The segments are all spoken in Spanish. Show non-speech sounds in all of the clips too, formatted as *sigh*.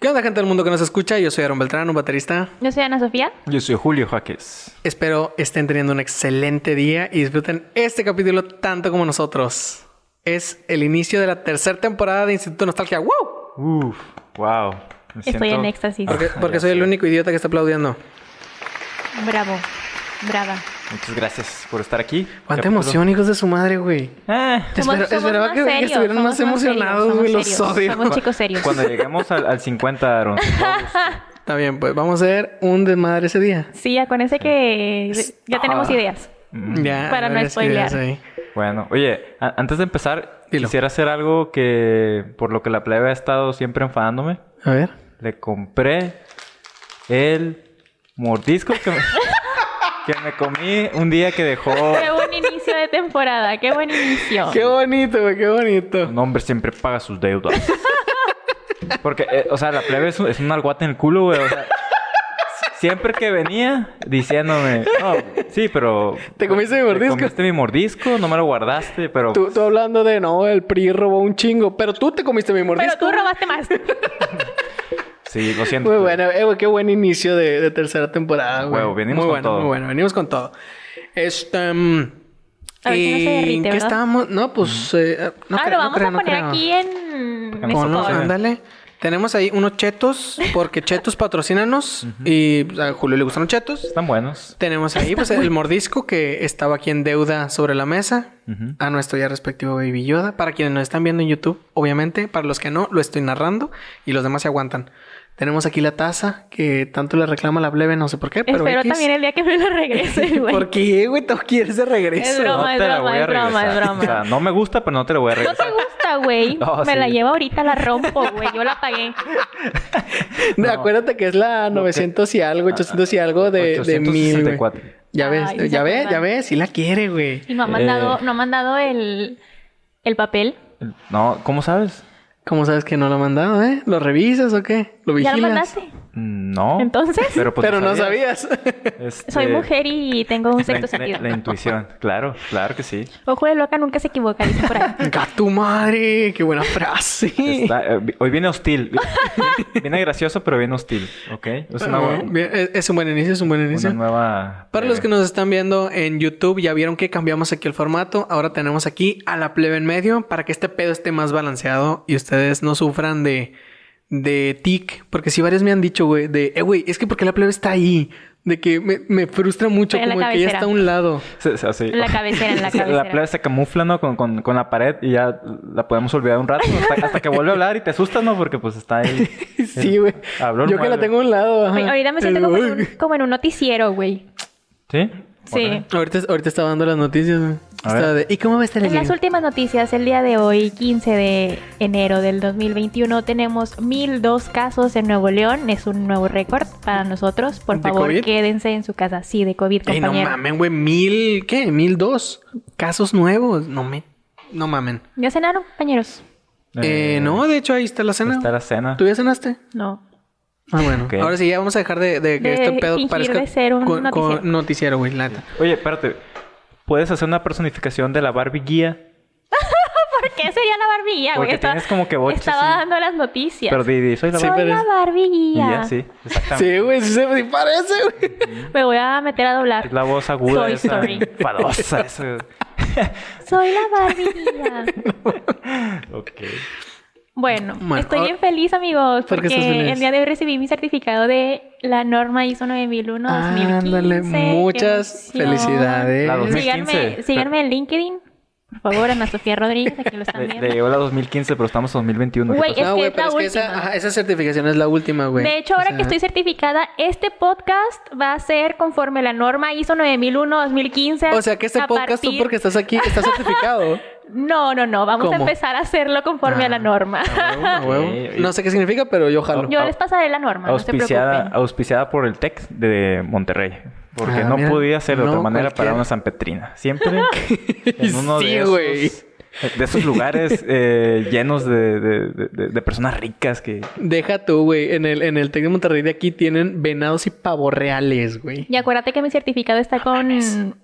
¿Qué onda, gente del mundo que nos escucha? Yo soy Aaron Beltrán, un baterista. Yo soy Ana Sofía. Yo soy Julio Jaques. Espero estén teniendo un excelente día y disfruten este capítulo tanto como nosotros. Es el inicio de la tercera temporada de Instituto Nostalgia. ¡Wow! Uf, wow. Me Estoy siento- en éxtasis. Porque, Ajá, porque Ah, ya soy el sé. único idiota que está aplaudiendo. Bravo. Brava. Muchas gracias por estar aquí. Cuánta Capítulo- emoción, hijos de su madre, güey. Ah, Somos- Espero- somos esperaba más que- que serios, estuvieran somos más emocionados, serios, güey, somos los serios, odio. Somos chicos serios. cuando llegamos al, al 50, Aaron. Está bien, pues vamos a hacer un desmadre ese día. Sí, ya con ese que ya tenemos Ah. ideas. Mm. Ya. Para no varias ideas spoilear. ahí. Bueno, oye, a- antes de empezar, Dilo. quisiera hacer algo que por lo que la plebe ha estado siempre enfadándome. A ver. Le compré el mordisco que me, *laughs* que me comí un día que dejó. *laughs* Qué buen inicio de temporada, qué buen Ah. inicio. Qué bonito, güey, qué bonito. Un hombre siempre paga sus deudas. Porque, eh, o sea, la plebe es un, es un alguate en el culo, güey. O sea, siempre que venía diciéndome, no, sí, pero. ¿Te comiste mi mordisco?" Te comiste mi mordisco, no me lo guardaste, pero. Tú, tú hablando de no, el PRI robó un chingo, pero tú te comiste mi Pero mordisco. tú robaste más. Sí, lo siento. Muy bueno, eh, güey, qué buen inicio de, de tercera temporada, güey. Huevo, muy venimos con bueno, todo. Muy bueno, venimos con todo. Este. mm, A ver si no se ¿en derrite, qué ¿verdad? estábamos? No, pues. eh, no ah, creo, lo no vamos creo, a no poner creo. aquí en Ponlo, Ponlo, Eso, Mesopod. anda. ándale. Tenemos ahí unos chetos, porque chetos patrocínanos. Y pues, a Julio le gustan los chetos. Están buenos. Tenemos ahí pues el mordisco que estaba aquí en deuda sobre la mesa. Ujú. A nuestro ya respectivo Baby Yoda. Para quienes nos están viendo en YouTube, obviamente. Para los que no, lo estoy narrando. Y los demás se aguantan. Tenemos aquí la taza que tanto le reclama la plebe, no sé por qué, pero Espero X. también el día que me lo *laughs* regrese, güey. ¿Por qué, güey? ¿Tú quieres de Es regreso? broma, es te la broma, voy a es broma, es regresar. broma. O sea, no me gusta, pero no te lo voy a No regresar. te gusta, *laughs* güey. No, me sí. la llevo ahorita, la rompo, güey. Yo la pagué. No, Acuérdate que es la 900 y algo, 800 y algo de, de mil, güey. 864. Ya ves, Ay, sí se ya ves, acuerdan. ya ves, sí la quiere, güey. Y no ha Eh. mandado, no ha mandado el, el papel. No, ¿cómo sabes? ¿Cómo sabes que no lo ha mandado, eh? ¿Lo revisas o qué? ¿Lo ¿Ya vigilas? lo mandaste? No. Entonces, Pero, pues, Pero no sabías. *laughs* Este, soy mujer y tengo *laughs* un la- sexto sentido. la, la intuición, claro, claro que sí. Ojo de loca nunca se equivoca, dice por *laughs* ahí. ¡Venga tu madre! ¡Qué buena frase! *laughs* Está- eh, vi- hoy viene hostil. *laughs* Vi- Viene gracioso, pero viene hostil. ¿Ok? Es una, Bueno, bien, es, es un buen inicio, es un buen una inicio. nueva. Ah, eh, Para los que no. nos están viendo en YouTube, ya vieron que cambiamos aquí el formato. Ahora tenemos aquí a la plebe en medio para que este pedo esté más balanceado y ustedes no sufran de, de tic. Porque si varios me han dicho, güey, de, eh, güey, es que porque la plebe está ahí. De que me, me frustra mucho En la como que ella cabecera. está a un *laughs* lado. En la cabecera, en la cabecera. La plebe se camufla, ¿no? Con, con, con la pared y ya la podemos olvidar un rato. Hasta, hasta que vuelve a hablar y te asustas, ¿no? Porque pues está ahí. Sí, güey. Habló el Yo que la mueble. tengo a un lado. ajá. Oye, ahorita me siento Digo, como en un, "Uy". como en un noticiero, güey. ¿Sí? Sí. Órale. Ahorita, ahorita estaba dando las noticias. güey. A Estaba de, ¿Y cómo va a estar el En las día?" últimas noticias, el día de hoy, 15 de enero del 2021, tenemos 1002 casos en Nuevo León. Es un nuevo récord para nosotros. Por ¿De favor, COVID? quédense en su casa. Sí, de COVID, Ey, no compañero. mamen, güey. Mil, ¿qué? Mil dos casos nuevos. No me, no mamen. ¿Ya cenaron, compañeros? Eh, no, de hecho ahí está la cena. Está la cena. ¿Tú ya cenaste? No. Ah, bueno. Ok. Ahora sí, ya vamos a dejar de, de que De este pedo fingir parezca de ser un co- co- noticiero. noticiero, güey, la neta. Oye, espérate. ¿Puedes hacer una personificación de la Barbie guía? ¿Por qué sería la barbilla, güey? Porque Estaba- tienes como que boches, Estaba sí. dando las noticias. Pero di, di, soy la Sí, Soy Barbie. pero la es- Y barbilla. ya, sí. Exactamente. Sí, güey, sí se sí parece, güey. Me voy a meter a doblar. Es la voz aguda Soy esa. Story. enfadosa, esa. Soy la barbilla. Ok. Bueno, *laughs* Bueno, estoy ahora- bien feliz, ¿Por amigos, qué porque estás feliz? el día de hoy recibí mi certificado de la norma ISO 9001 Ándale, 2015. ¡Qué muchas emoción! felicidades. La dos mil. Síganme, 2015. síganme en LinkedIn, por favor, Ana Sofía Rodríguez, aquí lo están Le, le viendo. llegó la 2015, pero estamos en 2021. ¿qué Güey, pasó? es No, que güey, es pero la es que esa, última. ajá, esa certificación es la última, güey. De hecho, ahora O sea, que estoy certificada, este podcast va a ser conforme la norma ISO 9001 2015. O sea, que este a podcast tú partir- porque estás aquí, estás *laughs* certificado. No, no, no, vamos a ¿Cómo? empezar a hacerlo conforme a la Ah, norma. A huevo, a huevo. Ok, y- No sé qué significa, pero yo jalo. Yo les pasaré la norma, no se auspiciada, preocupen. auspiciada por el TEC de Monterrey. Porque Ah, no mira, podía ser de no otra manera cualquiera. para una San Petrina. *laughs* Siempre en uno Sí, de, esos, güey. de *laughs* esos lugares eh, llenos de, de- de- de- de personas ricas que... Deja tú, güey. En el, en el Tec de Monterrey de aquí tienen venados y pavos reales, güey. Y acuérdate que mi certificado está con En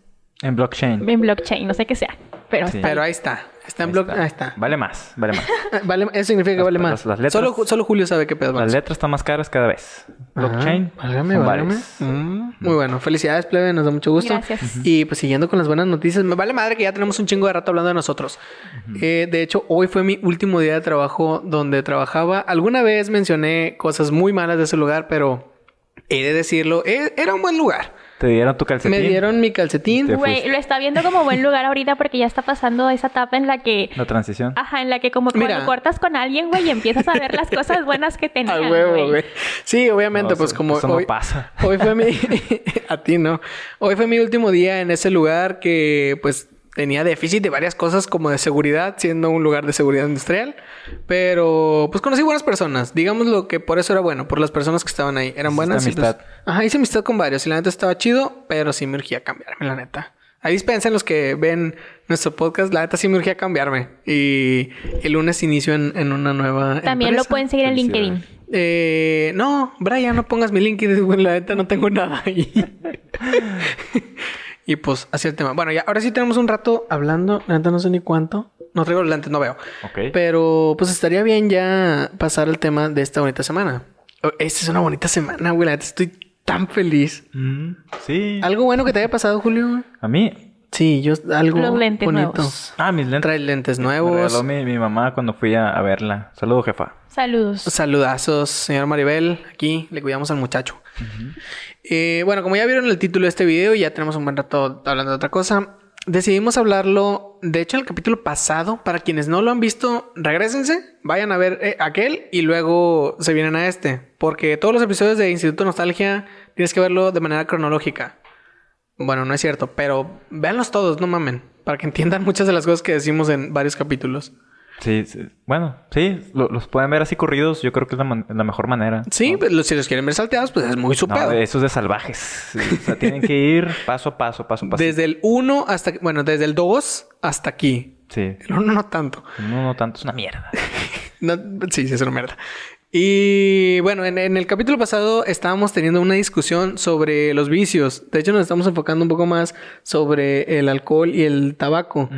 blockchain. en blockchain, no sé qué sea. Pero Sí. está Pero ahí está. Está en blog. Ahí está. Vale más, vale *laughs* más. Ah, Vale, eso significa que Las- vale las- más. las letras- solo, Ju- solo Julio sabe qué pedo. Las letras están más caras cada vez. Blockchain. Ajá, Ah, válgame, son válgame. varias. Mm, muy bueno. Felicidades, plebe. Nos da mucho gusto. Gracias. Y pues siguiendo con las buenas noticias. Me vale madre que ya tenemos un chingo de rato hablando de nosotros. Eh, de hecho, hoy fue mi último día de trabajo donde trabajaba. Alguna vez mencioné cosas muy malas de ese lugar, pero he de decirlo, eh, era un buen lugar. Te dieron tu calcetín. Me dieron mi calcetín. Te Güey, fuiste. lo está viendo como buen lugar ahorita porque ya está pasando esa etapa en la que... la transición. Ah, Ajá, en la que como Mira. cuando cortas con alguien, güey, y empiezas a ver las cosas buenas que *laughs* tenías, A huevo, güey. Sí, obviamente, No, pues eso- como eso no hoy, pasa. *laughs* hoy fue mi *laughs* a ti no. Hoy fue mi último día en ese lugar que pues tenía déficit de varias cosas como de seguridad, siendo un lugar de seguridad industrial, pero pues conocí buenas personas. Digamos lo que por eso era bueno, por las personas que estaban ahí, eran Hiciste buenas. y, pues, amistad. ajá, hice amistad con varios y la neta estaba chido, pero sí me urgía cambiarme, la neta. Ahí dispensen los que ven nuestro podcast, la neta sí me urgía cambiarme y el lunes inicio en, en una nueva También lo empresa. pueden seguir en Felicidades. LinkedIn. Eh, no, Brian, no pongas mi LinkedIn, güey, la neta no tengo nada *laughs* ahí. y pues, así el tema. Bueno, ya, ahora sí tenemos un rato hablando, la neta no sé ni cuánto. No traigo el lente, no veo. Ok. Pero pues estaría bien ya pasar al tema de esta bonita semana. Oh, Esta es una bonita semana, güey, la neta estoy tan feliz. Mm, sí. ¿Algo bueno que te haya pasado, Julio? A mí. Sí, yo algo Los lentes bonito. nuevos. Ah, mis lentes. Trae lentes Me regaló nuevos. mi, mi mamá cuando fui a, a verla. Saludos, jefa. Saludos. Saludazos, señor Maribel. Aquí le cuidamos al muchacho. Eh, bueno, como ya vieron el título de este video y ya tenemos un buen rato hablando de otra cosa, decidimos hablarlo, de hecho, en el capítulo pasado. Para quienes no lo han visto, regresense, vayan a ver eh, aquel y luego se vienen a este. Porque todos los episodios de Instituto Nostalgia tienes que verlo de manera cronológica. Bueno, no es cierto, pero véanlos todos, no mamen. Para que entiendan *laughs* muchas de las cosas que decimos en varios capítulos. Sí, sí. bueno, sí, lo- los pueden ver así corridos. Yo creo que es la, man- la mejor manera. Sí, pues, los- si los quieren ver salteados, pues es muy su No, pedo. eso es de salvajes. Sí, o sea, tienen que ir paso a paso, paso a paso. Desde el 1 hasta... Bueno, desde el 2 hasta aquí. Sí. El 1 no tanto. No, no tanto, es una mierda. No, sí, sí, es una mierda. Y bueno, en, en el capítulo pasado estábamos teniendo una discusión sobre los vicios. De hecho, nos estamos enfocando un poco más sobre el alcohol y el tabaco.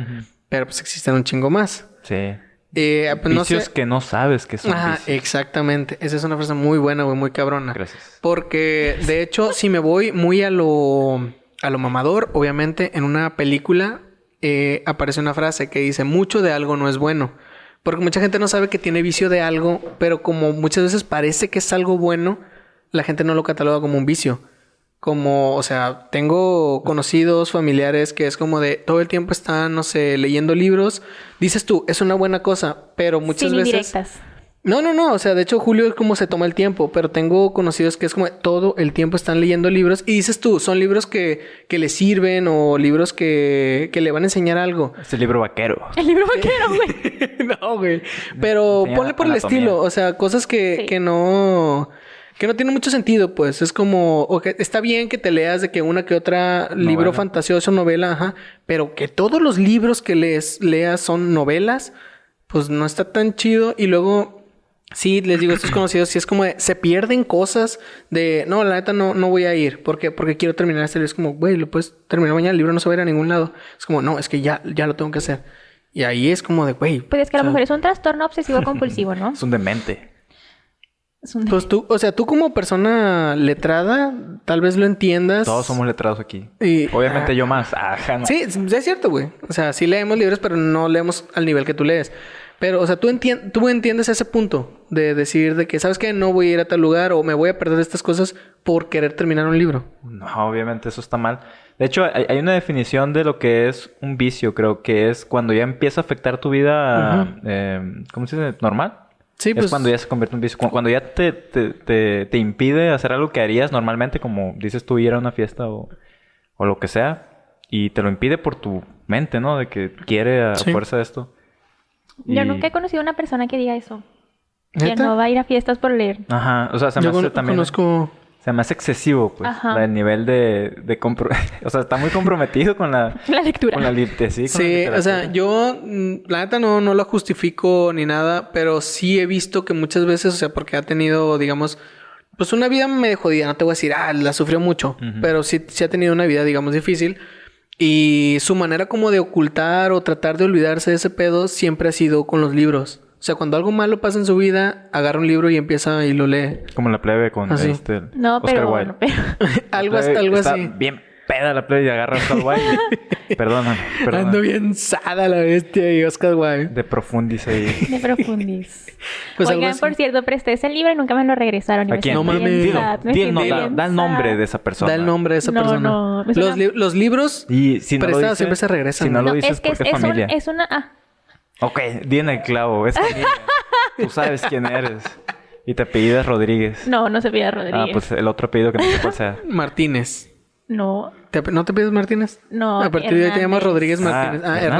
Pero pues existen un chingo más. Sí. Eh, pues, no sé- Vicios que no sabes que son Ajá, eh. vicios. exactamente. Esa es una frase muy buena, güey, muy cabrona. Gracias. Porque de hecho, si me voy muy a lo, a lo mamador, obviamente en una película eh, aparece una frase que dice, mucho de algo no es bueno. Porque mucha gente no sabe que tiene vicio de algo, pero como muchas veces parece que es algo bueno, la gente no lo cataloga como un vicio. Como, o sea, tengo conocidos, familiares que es como de todo el tiempo están, no sé, leyendo libros. Dices tú, es una buena cosa, pero muchas Sin veces... indirectas. No, no, no. O sea, de hecho, Julio es como se toma el tiempo, pero tengo conocidos que es como todo el tiempo están leyendo libros y dices tú, son libros que, que le sirven o libros que, que le van a enseñar algo. *laughs* Este libro vaquero. ¿Eh? El libro vaquero, güey. no, güey. Pero Enseña ponle por el anatomía. estilo. O sea, cosas que, Sí. que no. Que no tiene mucho sentido, pues. Es como, ok, está bien que te leas de que una que otra libro Novela. fantasioso, novela, ajá, pero que todos los libros que lees, leas son novelas, pues no está tan chido. Y luego, sí, les digo, estos *clears throat* conocidos, sí es como de, se pierden cosas de, no, la neta no, no voy a ir, porque, porque quiero terminar este libro. Es como, güey, lo puedes terminar mañana, el libro no se va a ir a ningún lado. Es como, no, es que ya, ya lo tengo que hacer. Y ahí es como de, güey. Pues es que a o lo sea, mejor es un trastorno *laughs* obsesivo compulsivo, ¿no? Es un demente. Es un- Pues tú, o sea, tú como persona letrada, tal vez lo entiendas. Todos somos letrados aquí. Y- Obviamente yo más. Ajá, no. Sí, es- es cierto, güey. O sea, sí leemos libros, pero no leemos al nivel que tú lees. Pero, o sea, tú, entien- tú entiendes ese punto de decir de que, ¿sabes qué? No voy a ir a tal lugar o me voy a perder estas cosas por querer terminar un libro. No, obviamente eso está mal. De hecho, hay, hay una definición de lo que es un vicio, creo que es cuando ya empieza a afectar tu vida, eh, ¿cómo se dice? ¿Normal? Sí, es pues. cuando ya se convierte en un vicio. Cu- Cuando ya te, te, te- te impide hacer algo que harías normalmente, como dices tú, ir a una fiesta o, o lo que sea, y te lo impide por tu mente, ¿no? De que quiere a Sí. fuerza esto. Yo Y- nunca he conocido a una persona que diga eso. Que ¿Neta? no va a ir a fiestas por leer. *laughs* Ajá, o sea, se me Yo hace con- también... conozco. Se me hace excesivo, pues, Ajá. la- el nivel de, de compro- *laughs* O sea, está muy comprometido con la... La lectura. Con la lit- sí, con Sí, o la sea, literatura. yo mm, la neta no, no lo justifico ni nada, pero sí he visto que muchas veces, o sea, porque ha tenido, digamos, pues una vida medio jodida, no te voy a decir, ah, la sufrió mucho, pero sí, sí ha tenido una vida, digamos, difícil. Y su manera como de ocultar o tratar de olvidarse de ese pedo siempre ha sido con los libros. O sea, cuando algo malo pasa en su vida, agarra un libro y empieza y lo lee. *laughs* Como la plebe con Ah, sí. este, el No, Oscar pero, Wilde. pero- La algo plebe algo está así. bien peda la plebe y agarra a *laughs* Oscar Wilde. perdóname, perdóname. Ando bien sada la bestia y Oscar Wilde. De profundis ahí. *laughs* *laughs* me profundiz. Pues algo Oigan, así. por cierto, presté ese libro y nunca me lo regresaron. y ¿A me quién? No siento mames. bien Dilo, sad, me dilo, siento da, bien da el nombre sad. de esa persona. Da el nombre de esa No, persona. no, me suena- Los, li- los libros Y si no lo prestados dices- siempre se regresan. Si no, lo No, dices es que es, porque es es un- familia. es una... ah, Ok, di en el clavo, es familia. Tú sabes quién eres. Y te apellidas Rodríguez. no, no se pide Rodríguez. Ah, pues el otro apellido que no sé *laughs* cuál sea. Martínez. No, ¿Te ap- ¿No te pides Martínez? No, A partir de hoy te Hernández. llamas Rodríguez Ah, Martínez. Ah, ¿Hernández?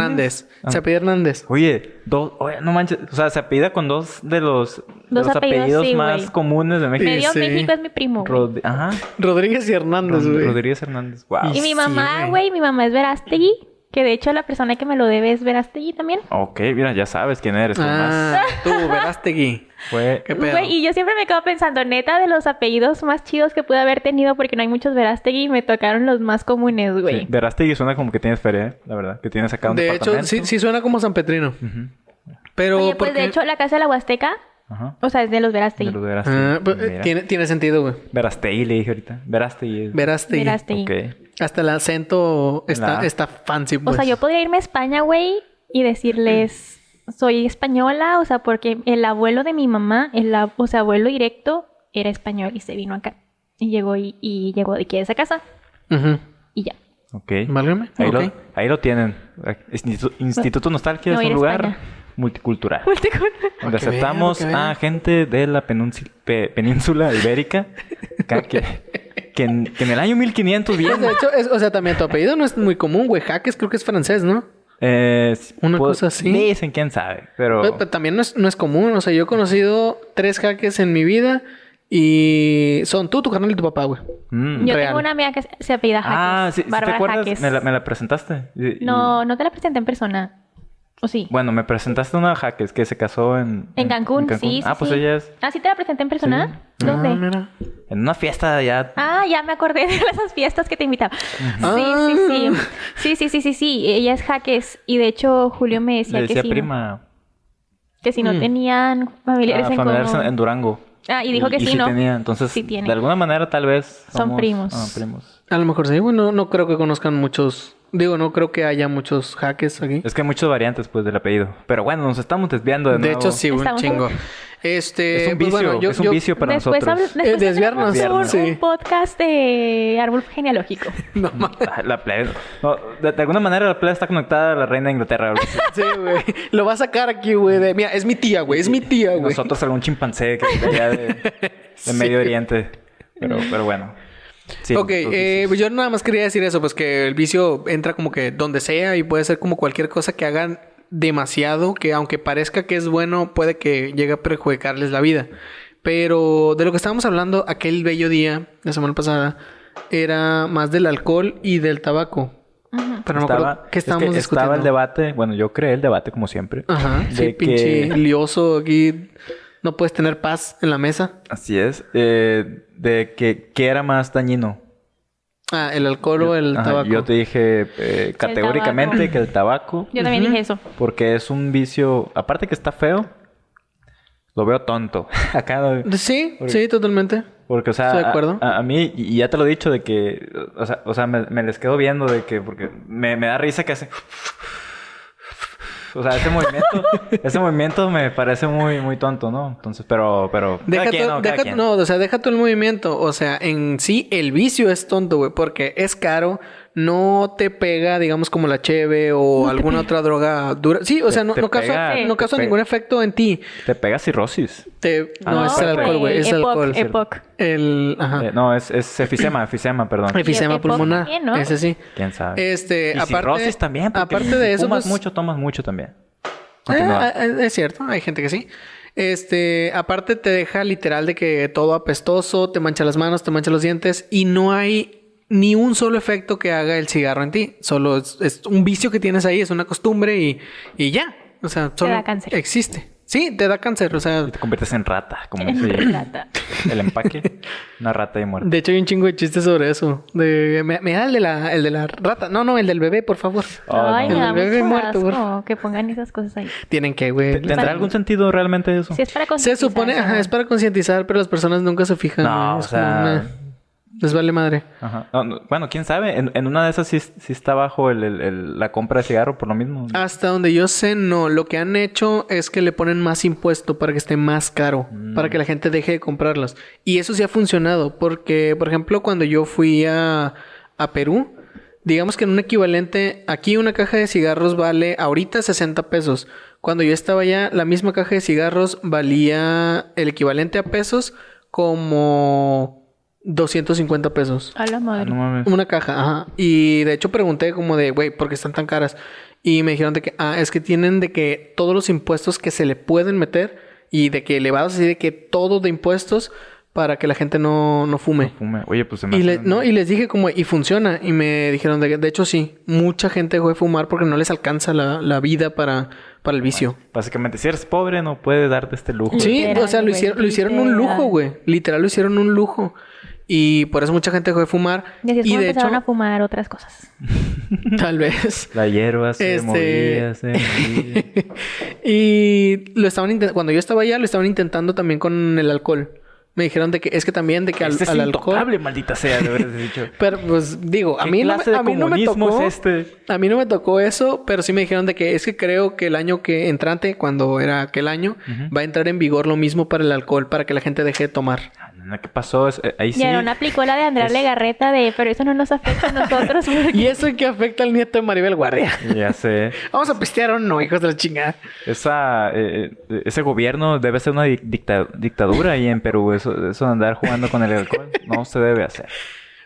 Hernández. Ah. Se apellida Hernández. Oye, dos, oye, no manches, o sea, se apellida con dos de los, de Dos los apellidos, apellidos, sí, más güey. comunes de México. medio sí. México es mi primo. güey. Rod- Ajá. Rodríguez y Hernández, Rod- güey. Rodríguez Hernández. Wow. Y- Y Sí, mi mamá, güey. güey, mi mamá es Verástegui, que de hecho la persona que me lo debe es Verástegui también. Ok, mira, ya sabes quién eres. nomás. Ah, tú, Verástegui. Fue ¿Qué pedo? Güey, y yo siempre me quedo pensando, neta, de los apellidos más chidos que pude haber tenido, porque no hay muchos Verástegui, me tocaron los más comunes, güey. Sí, Verástegui suena como que tienes feria, ¿eh? la verdad. Que tienes acá un De hecho, departamento. sí, sí suena como San Petrino. Ujú, Pero Oye, pues porque... de hecho, la casa de la Huasteca, Ajá. o sea, es de los De Verástegui. los Verástegui. Ah, pues, eh, Mira. tiene, tiene sentido, güey. Verástegui le dije ahorita. Verástegui. es- Verástegui. Verástegui. Ok. Hasta el acento está, La- está fancy, O pues. sea, yo podría irme a España, güey, y decirles, soy española, o sea, porque el abuelo de mi mamá, el ab- o sea, abuelo directo, era español y se vino acá. Y llegó y, y llegó de aquí a esa casa, Ujú. y ya. *laughs* Ok. Válgame. Ahí, Ok. lo, ahí lo tienen. Instituto, Instituto Nostalgia No, es un ir a lugar España. *laughs* multicultural. Donde Ah, qué aceptamos bien, qué bien. a gente de la penunci- pe- península ibérica ca- que, que en, que en el año *laughs* 1500 Pues, bien. de hecho, es- o sea, también tu apellido no es muy común, güey. Jaques creo que es francés, ¿no? eh, si Una puedo- cosa así. Dicen, quién sabe. Pero Pero, pero también no es, no es común. O sea, yo he conocido tres jaques en mi vida y son tú, tu carnal y tu papá, güey. Mm. Yo Real. tengo una amiga que se- se apellida Jaques. Ah, sí, sí ¿te Bárbara acuerdas? Jaques. Me la, me la presentaste. Y- y- No, no te la presenté en persona. ¿O sí? Bueno, me presentaste una Jaques que se casó en... en, Cancún, sí, sí. Ah, pues sí. ella es... Ah, sí te la presenté en persona. Ah, ¿Dónde? Ah, mira. En una fiesta allá... ya me acordé de *laughs* esas fiestas que te invitaba. Ah. Sí, sí, sí. Sí, sí, sí, sí, sí. Ella es Jaques. Y de hecho, Julio me decía, le decía que, si no- prima. que si no Mm. tenían familiares Ah, en familiares en, común. en Durango. Ah, y dijo que sí, sí ¿no? tenía, entonces, Sí tiene. de alguna manera tal vez... Son somos- primos. ah, primos. A lo mejor sí, güey. No, no creo que conozcan muchos. Digo, no creo que haya muchos jaques aquí. Es que hay muchas variantes, pues, del apellido. Pero bueno, nos estamos desviando de De, nuevo. hecho, sí, güey, un Estamos chingo. en- Este. Es un pues, vicio, bueno, yo- es un yo- vicio para después habl- nosotros. después desviarnos, tenemos un, sí. un podcast de árbol genealógico. *laughs* No mames. Ah, *laughs* La plebe... no, de, de alguna manera la plebe está conectada a la reina de Inglaterra. algo así. Sí, güey. Lo va a sacar aquí, güey. de- Mira, es mi tía, güey. Es mi tía, Y güey. Nosotros algún chimpancé que es de allá de, *laughs* de Medio Oriente. Pero, pero bueno. Sí, ok, los eh, vicios. yo nada más quería decir eso, pues que el vicio entra como que donde sea y puede ser como cualquier cosa que hagan demasiado, que aunque parezca que es bueno, puede que llegue a perjudicarles la vida. Pero de lo que estábamos hablando aquel bello día, la semana pasada, era más del alcohol y del tabaco. Pero no me Estaba- acuerdo qué es que estábamos discutiendo. Ah. Estaba el debate, bueno, yo creé el debate como siempre. Ajá, de sí, que- pinche lioso aquí. No puedes tener paz en la mesa. Así es. eh, de que qué era más dañino. Ah, el alcohol o el Ajá, tabaco. Yo te dije eh, categóricamente que el tabaco, Yo también Ujú. dije eso. porque es un vicio, aparte que está feo, lo veo tonto. *laughs* Acá, lo- Sí, sí, totalmente. porque, o sea, Estoy de a- acuerdo. A, a mí, y y ya te lo he dicho, de que, o sea, o sea, me, me les quedo viendo de que, porque me, me da risa que hace... O sea, *laughs* ese movimiento, ese movimiento me parece muy, muy tonto, ¿no? Entonces, pero, pero... cada Deja, quien, tú- ¿no? Cada deja tú- quien. no, o sea, deja tú el movimiento. O sea, en sí el vicio es tonto, güey, porque es caro, no te pega, digamos, como la cheve o alguna otra droga dura. Sí, o Te- sea, no, te no causa, pega, no te causa pe- ningún efecto en ti. Te pega cirrosis. Te- Ah, no, no, es el alcohol, güey, es el Epoc, alcohol. Epoc. Ah, El, ajá, Eh, no, es, es *coughs* efisema, efisema, perdón. efisema Epoc pulmonar. también, ¿no? Ese sí. ¿Quién sabe? Este, Ah. y aparte, cirrosis también. porque aparte de si eso, fumas pues, mucho, tomas mucho también. Continúa. Ah, ah, es cierto, hay gente que sí. Este, aparte te deja literal de que todo apestoso, te mancha las manos, te mancha los dientes y no hay ni un solo efecto que haga el cigarro en ti. Solo es, es un vicio que tienes ahí, es una costumbre y, y ya. O sea, solo da cáncer. existe. Sí, te da cáncer, o sea. Y te conviertes en rata, como En dice plata. el empaque. *laughs* Una rata de muerte. De hecho, hay un chingo de chistes sobre eso. De, me, me da el de, la, el de la rata. No, no, el del bebé, por favor. Ah, Ay, no. me da El bebé mucho muerto, asco güey. que pongan esas cosas *laughs* ahí. Tienen que, güey. ¿Tendrá algún sentido realmente eso? Si es para Se concientizar, supone, ajá, es para concientizar, pero las personas nunca se fijan. No, güey. o Es como sea- una- Les vale madre. Ajá. No, no, bueno, quién sabe. En, en una de esas sí, sí está bajo el, el- el- la compra de cigarro por lo mismo. Hasta donde yo sé, no. Lo que han hecho es que le ponen más impuesto para que esté más caro, para que la gente deje de comprarlos. Y eso sí ha funcionado, porque, por ejemplo, cuando yo fui a, a Perú, digamos que en un equivalente, aquí una caja de cigarros vale ahorita 60 pesos. Cuando yo estaba allá, la misma caja de cigarros valía el equivalente a pesos como 250 pesos. A la Ah, madre. no mames. Una caja, ajá. Y de hecho pregunté como de, güey, ¿por qué están tan caras? Y me dijeron de que, ah, es que tienen de que todos los impuestos que se le pueden meter y de que elevados así de que todo de impuestos para que la gente no, no fume. Fume. Oye, pues se me Y, le- hace- no, y les dije como, y funciona. Y me dijeron de que, de hecho sí, mucha gente dejó de fumar porque no les alcanza la, la vida para, para el vicio. Básicamente, si eres pobre, no puedes darte este lujo. Sí, Literal, o sea, lo güey, hicieron, lo hicieron un literal. lujo, güey. Literal lo hicieron un lujo. Y por eso mucha gente dejó de fumar. Y así es Y como de hecho, empezaron a fumar otras cosas. tal vez. La hierba se Este- *laughs* movía, se movía. y lo estaban inten- cuando yo estaba allá lo estaban intentando también con el alcohol. Me dijeron de que es que también de que al, Este es al intocable, alcohol. maldita sea, de haber dicho. Pero pues digo, *laughs* a ¿Qué mí no me, clase de a mí no me comunismo tocó. es este? A mí no me tocó eso, pero sí me dijeron de que es que creo que el año que entrante, cuando era aquel año, Ujú. va a entrar en vigor lo mismo para el alcohol, para que la gente deje de tomar. Ah, no, no, ¿Qué pasó? Es- eh, Ahí sí. Y Aaron aplicó la de Andrea Es- Legarreta de, pero eso no nos afecta *laughs* a nosotros. porque Y eso que afecta al nieto de Maribel Guardia. Ya sé. Vamos a pistear o no, hijos de la chingada. Esa, eh, eh, ese gobierno debe ser una di- dicta- dictadura ahí en Perú. Eso, eso de andar jugando con el alcohol no se debe hacer.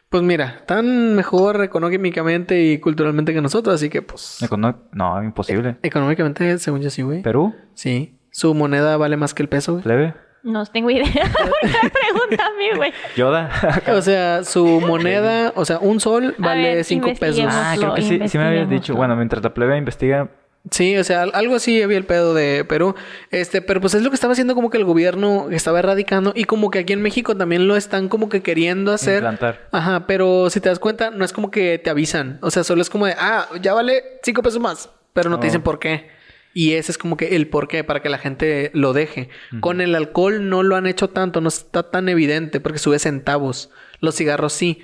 Pues mira, tan mejor económicamente y culturalmente que nosotros, así que pues. Econo- No, imposible. Económicamente, según yo sí, güey. Perú, Sí. Su moneda vale más que el peso, güey. plebe, No tengo idea. *laughs* ¿Por qué me pregunta a mí, güey? *laughs* Yoda. O sea, su moneda, o sea, un sol vale ver, cinco pesos. investiguemos. *laughs* ah, creo que sí, sí me habías dicho. investiguémoslo. Bueno, mientras la plebe investiga, Sí, o sea, al- algo así había el pedo de Perú. Este, pero pues es lo que estaba haciendo como que el gobierno estaba erradicando y como que aquí en México también lo están como que queriendo hacer. implantar. Ajá, pero si te das cuenta, no es como que te avisan. O sea, solo es como de, ah, ya vale cinco pesos más, pero no te Oh. dicen por qué. Y ese es como que el por qué, para que la gente lo deje. Con el alcohol no lo han hecho tanto, no está tan evidente, porque sube centavos. Los cigarros sí.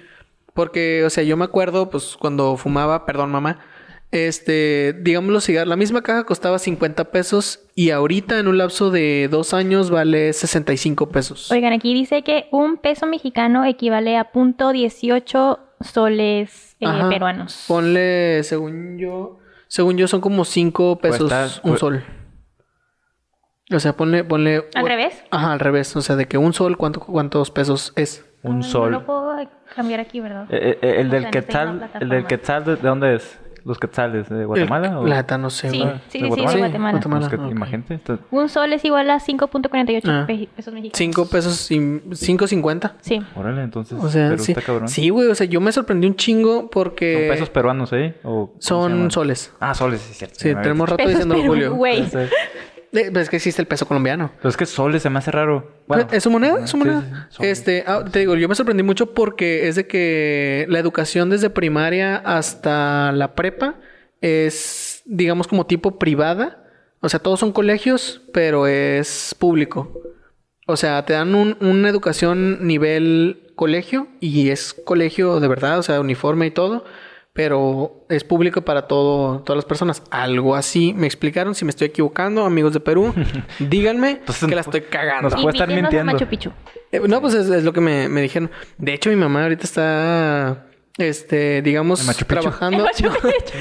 Porque, o sea, yo me acuerdo, pues, cuando fumaba, perdón, mamá, este, digamos los cigarros, la misma caja costaba 50 pesos y ahorita en un lapso de dos años vale 65 pesos. Oigan, aquí dice que un peso mexicano equivale a punto 18 soles eh, Ajá. peruanos. Ponle, según yo, según yo son como 5 pesos Cuesta- un cu- sol. O sea, ponle, ponle. ¿Al revés? Ajá, al revés. O sea, de que un sol, ¿cuánto, ¿cuántos pesos es? Un Ah, No, sol. No lo puedo cambiar aquí, ¿verdad? Eh, eh, el O sea, del no estoy en la quetzal, el del plataforma. quetzal, ¿de de dónde es? ¿Los quetzales? ¿De Guatemala? o- Plata, no sé. Sí, güey. sí, sí, sí, de Guatemala. Guatemala, Los que- ok. Imagínate. esto- Un sol es igual a 5.48 Ah. pe- pesos mexicanos. Cinco pesos y 5.50. Sí. Órale, entonces. O sea, Perú sí. está cabrón. Sí, güey. O sea, yo me sorprendí un chingo porque. ¿Son pesos peruanos ahí? ¿O cómo se Son llaman? soles. Ah, soles, sí, cierto. Sí, ya me tenemos rato Pesos diciendo peru- Julio. Güey. había- Sí. Eh, pero Es que existe el peso colombiano. Pero es que soles se me hace raro. Bueno, ¿Es su moneda? ¿Es su sí, moneda? sí, soles. este, ah, te digo, yo me sorprendí mucho porque es de que la educación desde primaria hasta la prepa es, digamos, como tipo privada. O sea, todos son colegios, pero es público. O sea, te dan un- una educación nivel colegio y es colegio de verdad, o sea, uniforme y todo, pero es público para todo, todas las personas. Algo así me explicaron. Si me estoy equivocando, amigos de Perú, *laughs* díganme Entonces, que la estoy cagando. nos- puede estar Invítenos a mintiendo. Machu Picchu. Eh, No, pues es, es lo que me, me dijeron. De hecho, mi mamá ahorita está, este, digamos, ¿En Machu Picchu? *laughs* trabajando.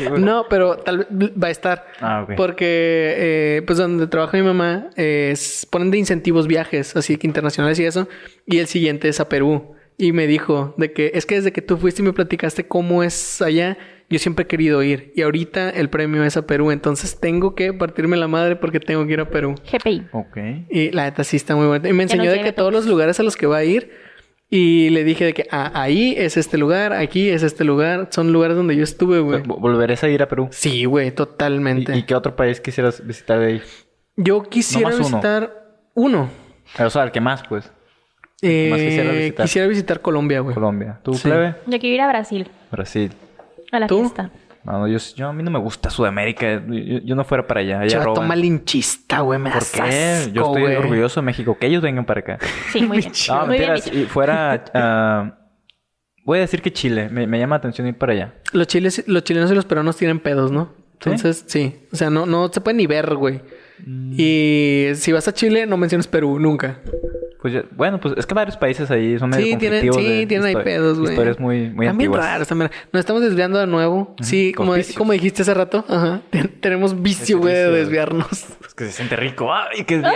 No, no, pero tal vez va a estar. Ah, ok. Porque, eh, pues, donde trabaja mi mamá, eh, es- ponen de incentivos viajes, así que internacionales y eso. Y el siguiente es a Perú. Y me dijo de que es que desde que tú fuiste y me platicaste cómo es allá, yo siempre he querido ir. Y ahorita el premio es a Perú. Entonces tengo que partirme la madre porque tengo que ir a Perú. GPI. Ok. Y la neta sí está muy bonita. Y me nos enseñó de lleve que todos los lugares a los que va a ir. Y le dije de que "Ah, ahí es este lugar, aquí es este lugar. Son lugares donde yo estuve, güey. Vol- ¿Volverás a ir a Perú? Sí, güey, ¿Y, totalmente. y qué otro país quisieras visitar de ahí? Yo quisiera Nomás uno. visitar uno. O sea, el que más, pues. Eh, Nomás quisiera, quisiera visitar. visitar. Colombia, güey. Colombia. ¿Tú, Sí. plebe? Yo quiero ir a Brasil, Brasil. a la ¿Tú? fiesta. No, yo, yo- a mí no me gusta Sudamérica. Yo, yo no fuera para allá. Allá Chato roban. malinchista, güey. Me ¿Por das qué? Yo asco, estoy güey. orgulloso de México. Que ellos vengan *laughs* para acá. Sí, muy *laughs* bien. Bicho. No, muy bien mentira. dicho. Si fuera... ah, voy a decir que Chile. Me, me llama la atención ir para allá. Los, chiles, los chilenos y los peruanos tienen pedos, ¿no? ¿Sí? Entonces, sí. O sea, no, no se puede ni ver, güey. Mm. Y si vas a Chile, no menciones Perú, nunca. Pues yo- bueno, pues es que varios países ahí son medio Sí, tienen, conflictivos sí, de tienen ahí histo- pedos, güey. Historias muy, muy También antiguas. raros, también. Nos estamos desviando de nuevo. Sí, como, Por vicios. como dijiste hace rato, ajá. *laughs* Ten- tenemos Ese vicio, güey, de vicio, güey. desviarnos. Es que se siente rico. ¡Ay, *laughs* qué bien!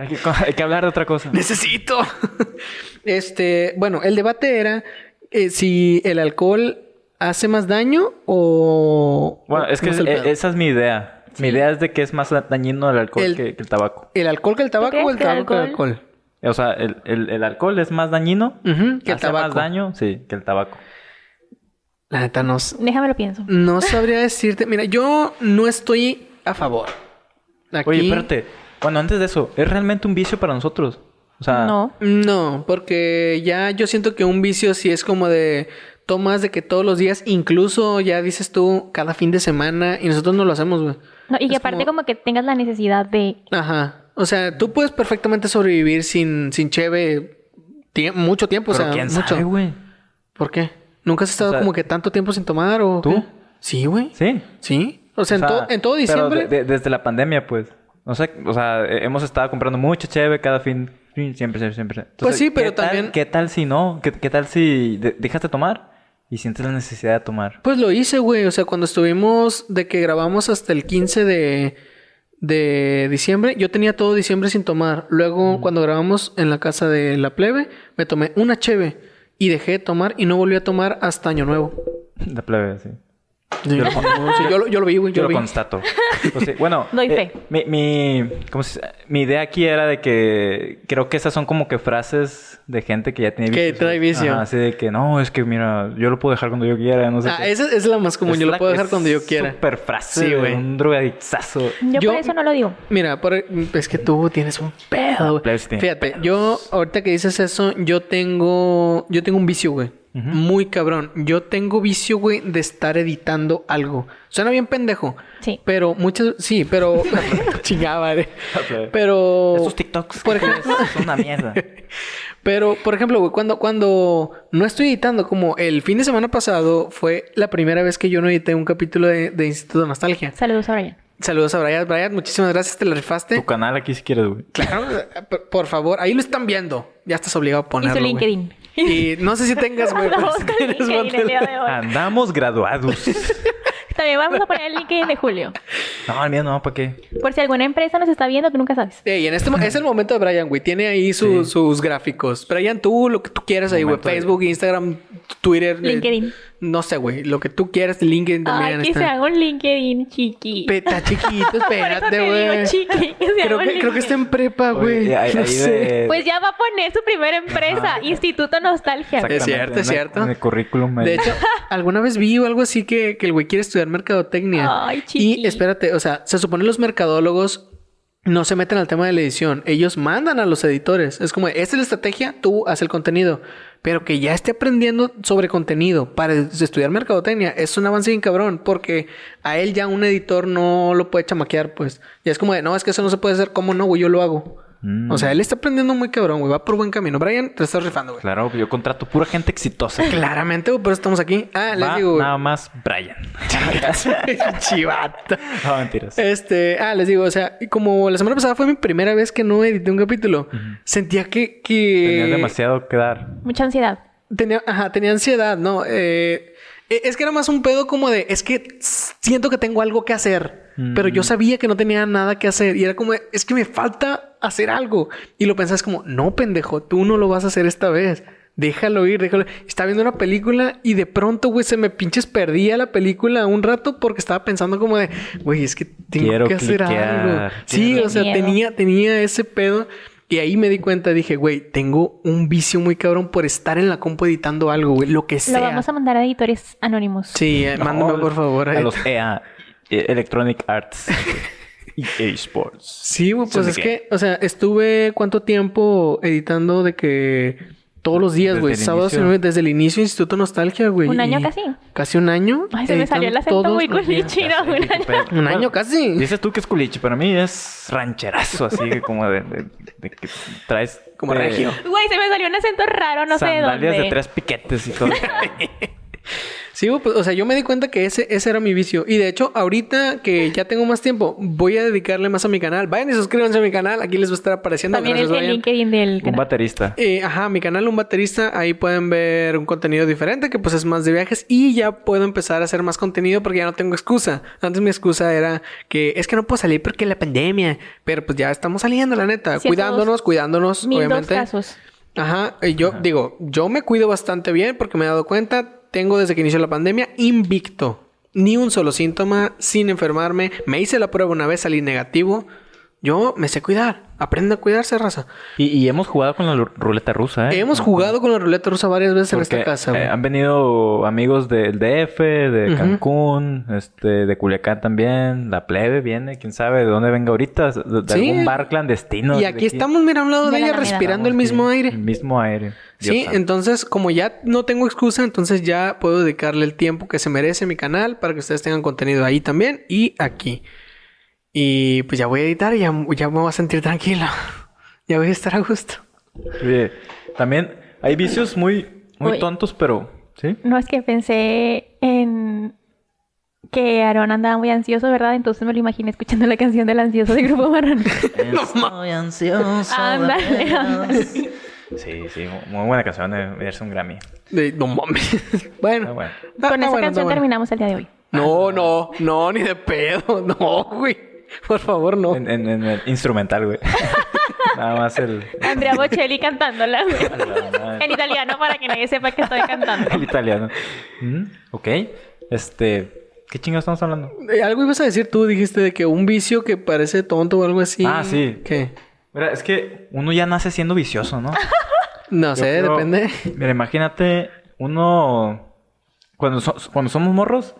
hay, que, hay que hablar de otra cosa. Necesito. *laughs* Este, bueno, el debate era eh, si el alcohol hace más daño o. Bueno, es que ¿cómo el, e- pedo? esa es mi idea. Mi idea es de que es más dañino el alcohol El- que, que el tabaco. ¿El alcohol que el tabaco crees o el que el tabaco que el alcohol. O sea, el, el- el alcohol es más dañino. Ujú, Mm, que el hace tabaco. más daño, sí, que el tabaco. La neta, no, s- Déjame lo pienso. no sabría decirte. Mira, yo no estoy a favor. Aquí, Oye, espérate. Bueno, antes de eso, ¿es realmente un vicio para nosotros? O sea, No. No, porque ya yo siento que un vicio sí es como de tomas de que todos los días, incluso ya dices tú cada fin de semana y nosotros no lo hacemos, güey. No, y que Es aparte como- como... que tengas la necesidad de... Ajá. O sea, tú puedes perfectamente sobrevivir sin, sin cheve tie- mucho tiempo, o pero sea, quién pues, eh, mucho. sabe, güey. ¿Por qué? ¿Nunca has estado sea- como que tanto tiempo sin tomar o ¿Tú? qué? Sí, güey. Sí. Sí. O sea, en, O sea, todo- en todo pero diciembre. de- de- desde la pandemia, pues. O sea, o sea, eh, hemos estado comprando mucha cheve cada fin. fin, Siempre, siempre, siempre. Entonces, Pues sí, pero ¿qué tal- también- ¿Qué tal si no? ¿Qué, qué tal si de- dejaste de tomar y sientes la necesidad de tomar? *laughs* Pues lo hice, güey. O sea, cuando estuvimos de que grabamos hasta el 15 de, de diciembre, yo tenía todo diciembre sin tomar. Luego, cuando grabamos en la casa de la plebe, me tomé una cheve y dejé de tomar y no volví a tomar hasta Año Nuevo. La plebe, sí. *laughs* Sí, lo- sí, yo, lo, yo lo vi, güey. Yo, Yo lo lo vi. constato. Pues sí, bueno, Doy fe. mi, mi, ¿cómo se dice? mi idea aquí era de que creo que esas son como que frases de gente que ya tiene Que trae vicio. Ajá, así de que no, es que mira, yo lo puedo dejar cuando yo quiera, no sé. Ah, qué. esa esa es la más común. Es yo la- lo puedo dejar es cuando yo quiera. Super frase, Sí, de güey. Un drogadictazo. Yo, Yo- por eso no lo digo. Mira, por- es que tú tienes un pedo, güey. plebes tienen Fíjate, yo ahorita que dices eso, yo tengo, yo tengo un vicio, güey. Ujú. Muy cabrón. Yo tengo vicio, güey, de estar editando algo. Suena bien pendejo. Sí. Pero muchas, sí, *laughs* pero *laughs* chingaba, Pero Estos TikToks por que ejemplo- subes son *laughs* una mierda. pero, por ejemplo, güey, cuando, cuando no estoy editando, como el fin de semana pasado fue la primera vez que yo no edité un capítulo de, de Instituto de Nostalgia. Saludos a Brian. Saludos a Brian. Brian, muchísimas gracias, te la rifaste. Tu canal aquí si quieres, güey. Claro, *laughs* por- por favor, ahí lo están viendo. Ya estás obligado a Y ponerlo. su güey. LinkedIn. *laughs* Y no sé si tengas, güey. pero Vamos si con el tienes, LinkedIn el día póntelo. de hoy. Andamos graduados. También vamos a poner el LinkedIn de Julio. No, el mío no, ¿para qué? Por si alguna empresa nos está viendo, tú nunca sabes. Ey, en este mo- es el momento de Brian, güey. Tiene ahí su- Sí. sus gráficos. Brian, tú lo que tú quieras ahí, güey. Momento de- Facebook, Instagram, Twitter. eh, LinkedIn. no sé, güey. Lo que tú quieras, LinkedIn también Ay, que se está. haga un LinkedIn chiqui. Peta chiquito, *laughs* Por eso espérate, te güey. digo chiqui. que se Creo haga un que, creo que este LinkedIn. está en prepa, Ah, güey. Oye, ahí- No ahí sé. de- Pues ya va a poner su primera empresa, Instituto Nostalgia. Exacto. Es cierto, Exactamente, es en el- cierto. En el currículum. ahí. De hecho, alguna vez vi o algo así que, que el güey quiere estudiar mercadotecnia. Ay, chiqui. Y espérate, o sea, se supone los mercadólogos no se meten al tema de la edición. Ellos mandan a los editores. Es como, esta es la estrategia, tú haz el contenido. Pero que ya esté aprendiendo sobre contenido para estudiar mercadotecnia es un avance bien cabrón, porque a él ya un editor no lo puede chamaquear, pues. Ya es como de, no, es que eso no se puede hacer, ¿cómo no, güey? Yo lo hago. Mm. O sea, él está aprendiendo muy cabrón, güey. Va por buen camino. Brian, te estás rifando, güey. Claro, yo contrato pura gente *laughs* exitosa. Claramente, güey, por eso estamos aquí. Ah, les Va digo, güey. nada más Brian. *laughs* *laughs* Chivata. no, mentiras. Este, ah, les digo, o sea, y como la semana pasada fue mi primera vez que no edité un capítulo, sentía que, que Tenías demasiado que dar. Mucha ansiedad. tenía, ajá, tenía ansiedad, ¿no? Eh, e- es que era más un pedo como de, es que siento que tengo algo que hacer, pero Mm. yo sabía que no tenía nada que hacer y era como, de, es que me falta hacer algo. Y lo pensás como, no, pendejo, tú no lo vas a hacer esta vez. Déjalo ir, déjalo. Estaba viendo una película y de pronto, güey, se me pinches perdía la película un rato porque estaba pensando como de, güey, es que tengo Quiero que hacer cliquear. algo. Sí, Qué o sea, miedo. tenía tenía, tenía ese pedo. Y ahí me di cuenta, dije, güey, tengo un vicio muy cabrón por estar en la compu editando algo, güey, lo que sea. Lo vamos a mandar a editores anónimos. Sí, eh, mándame No, por favor. E A eh. *laughs* los EA, eh, Electronic Arts. EA Sports. Sí, güey, pues ¿De es qué? que, o sea, estuve cuánto tiempo editando de que todos los días, Desde güey, el sábados, y inicio. noviembre, desde el inicio Instituto Nostalgia, güey. Un año y casi. Casi un año. Ay, se me salió el acento muy muy culichino. Un año. Un año casi. Dices tú que es culiche, para mí es rancherazo, así que como de, de- de que traes... Como eh, regio. Güey, se me salió un acento raro, no sé de dónde. sandalias de tres piquetes *laughs* y todo. Sí, güey, pues, o sea, yo me di cuenta que ese, ese era mi vicio. Y de hecho, ahorita que ya tengo más tiempo, voy a dedicarle más a mi canal. Vayan y suscríbanse a mi canal. Aquí les va a estar apareciendo. También el, Gracias, el vayan. LinkedIn del Un canal. baterista. Eh, ajá, mi canal Un Baterista, ahí pueden ver un contenido diferente que pues es más de viajes y ya puedo empezar a hacer más contenido porque ya no tengo excusa. Antes mi excusa era que es que no puedo salir porque la pandemia, pero pues ya estamos saliendo, la neta, Cientos- cuidándonos, cuidándonos, Mil dos obviamente. casos. Ajá, y yo digo, yo me cuido bastante bien porque me he dado cuenta, tengo desde que inició la pandemia invicto, ni un solo síntoma, sin enfermarme, me hice la prueba una vez, salí negativo, yo me sé cuidar, aprende a cuidarse, raza. Y, y hemos jugado con la lu- ruleta rusa, ¿eh? Hemos jugado con la ruleta rusa varias veces en Porque, esta casa, eh, güey. han venido amigos del DF, de Ujú. Cancún, este, de Culiacán también. La plebe viene, quién sabe de dónde venga ahorita, de, de Sí. algún bar clandestino. y de aquí estamos, mira, a un lado de, De la ella Alameda. respirando el mismo Sí, aire. El mismo aire. Dios Sí, santo. entonces como ya no tengo excusa, entonces ya puedo dedicarle el tiempo que se merece mi canal para que ustedes tengan contenido ahí también y aquí. Y pues ya voy a editar y ya, ya me voy a sentir tranquilo. *laughs* Ya voy a estar a gusto. Oye, también hay vicios muy, muy Uy. tontos, pero... ¿Sí? No, es que pensé en que Aaron andaba muy ansioso, ¿verdad? Entonces me lo imaginé escuchando la canción del ansioso de *laughs* Grupo Marrón. Estoy ansioso. de Ándale, veras. ándale. Sí, sí, muy buena canción, eh, merece un Grammy. De- no mames. *laughs* bueno. Está Ah, bueno. está- Con está esa bueno, está canción bueno. terminamos el día de hoy. No, no, no, ni de pedo. *laughs* No, güey. Por favor, no. En, en- en el instrumental, güey. *laughs* Nada más el... Andrea Bocelli *laughs* cantándola güey. en italiano para que nadie sepa que estoy cantando. *laughs* El italiano. Mm, Ok. Este. ¿Qué chingados estamos hablando? Eh, Algo ibas a decir tú, dijiste de que un vicio que parece tonto o algo así. Ah, sí. ¿Qué? Mira, es que uno ya nace siendo vicioso, ¿no? *laughs* No Yo sé, creo- depende. Mira, imagínate, uno. Cuando, so- cuando somos morros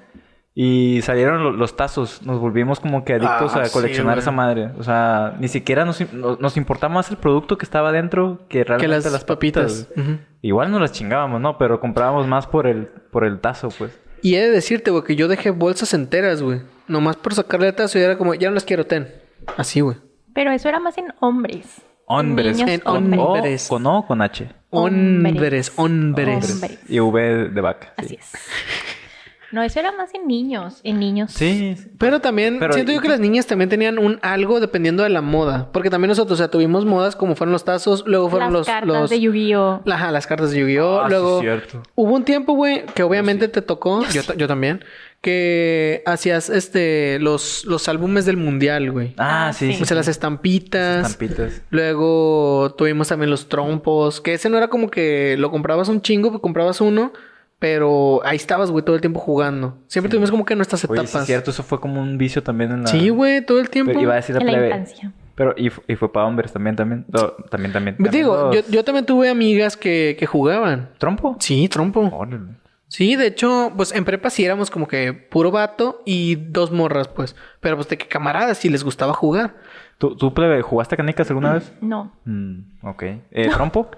y salieron lo- los tazos, nos volvimos como que adictos Ah, a sí, coleccionar güey. esa madre. O sea, ni siquiera nos, im- no- nos importaba más el producto que estaba dentro que Que realmente las, las, papitas. papitas. Ujú. Igual no las chingábamos, ¿no? Pero comprábamos más por el, por el tazo, pues. Y he de decirte, güey, que yo dejé bolsas enteras, güey. Nomás por sacarle el tazo y era como, ya no las quiero, ten. Así, güey. Pero eso era más en hombres. Hombres. Niños En Con, o, hombres. con O o con H. Hombres, Hombres. hombres. Hombres. Y V de vaca. sí. Así es. No, eso era más en niños. En niños. Sí, sí. Pero también, Pero- siento yo que las niñas también tenían un algo dependiendo de la moda. Porque también nosotros, o sea, tuvimos modas como fueron los tazos, luego fueron Las los... cartas los- de Yu-Gi-Oh! Ajá, las cartas de Yu-Gi-Oh! Ah, sí, luego... cierto. Hubo un tiempo, güey, que obviamente te tocó, yo, ta- yo también, que hacías este los, los álbumes del mundial, güey. Ah, sí. sí, sí. o sea, las sí. estampitas. estampitas. Luego tuvimos también los trompos, que ese no era como que lo comprabas un chingo, pero comprabas uno, pero ahí estabas, güey, todo el tiempo jugando. Siempre tuvimos como que nuestras Oye, etapas. sí, es cierto, eso fue como un vicio también en la. Sí, güey, todo el tiempo. Pero iba a decir la En la plebe. infancia. Pero, y, fu- y fue para hombres también, también. No, Te también, también. también Pues Digo, yo, los- yo también tuve amigas que, que jugaban. ¿Trompo? Sí, trompo. Órale. Sí, de hecho, pues en prepa sí éramos como que puro vato y dos morras, pues. Pero pues de que camaradas sí les gustaba *laughs* jugar. ¿Tú, tú, plebe, jugaste canicas alguna vez? No. Mm, ok. Eh, ¿Trompo?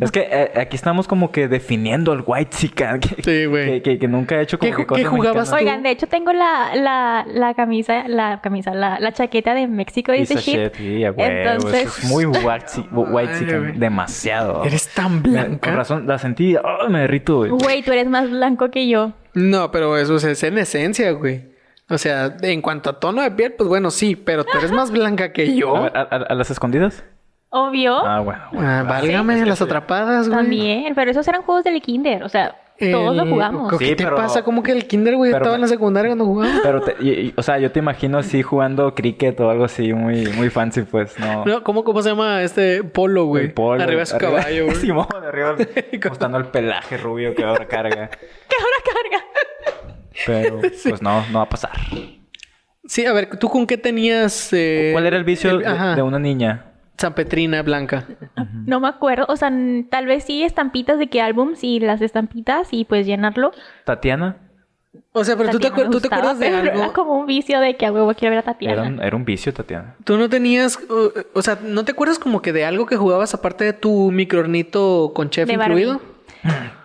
Es que eh, aquí estamos como que definiendo al white chica *laughs* que, Sí, güey. que, que- que nunca ha hecho como ¿Qué que ju- qué cosas jugabas mexicanas. Oigan, de hecho tengo la, la, la camisa, la camisa, la, la chaqueta de México Y dice sachet, shit. sí, a huevo, eso Entonces- es muy white, chi- white Madre, chica, güey. demasiado. Eres tan Me- Con blanca. razón, la sentí, ah, me derrito, güey. Güey, tú eres más blanco que yo. No, pero eso es, es en esencia, güey. O sea, de- en cuanto a tono de piel, pues bueno, sí, pero tú eres más blanca que yo. A, ver, a- a- a las escondidas? Obvio. Ah, bueno. bueno. Ah, válgame Sí, sí, las sí. atrapadas, güey. También, pero esos eran juegos del kinder, o sea, todos lo El- jugamos. *laughs* ¿Qué Sí, te pero- pasa? ¿Cómo que el kinder, güey? pero- Estaba en la secundaria cuando jugaba. Pero, te- y- y- o sea, yo te imagino así jugando cricket o algo así muy, muy fancy, pues, ¿no? No, ¿cómo, ¿Cómo se llama este polo, güey? El polo, Arriba de su caballo, güey. *laughs* Simón, *laughs* arriba, mostrando el pelaje rubio que ahora carga. *laughs* Pero, pues no, no va a pasar. Sí, a ver, ¿tú con qué tenías... eh, ¿Cuál era el vicio de- ajá, de, una niña? San Petrina Blanca. No me acuerdo, o sea, n- tal vez sí estampitas de qué álbum, sí, las estampitas y pues llenarlo. ¿Tatiana? O sea, pero tú te, Tatiana acuer- me tú te gustaba, acuerdas de *laughs* pero Era algo. como un vicio de que a huevo quiero ver a Era Tatiana. un, era un vicio, Tatiana. Tú no tenías, o, o sea, ¿no te acuerdas como que de algo que jugabas aparte de tu microornito con chef De Barbie. incluido?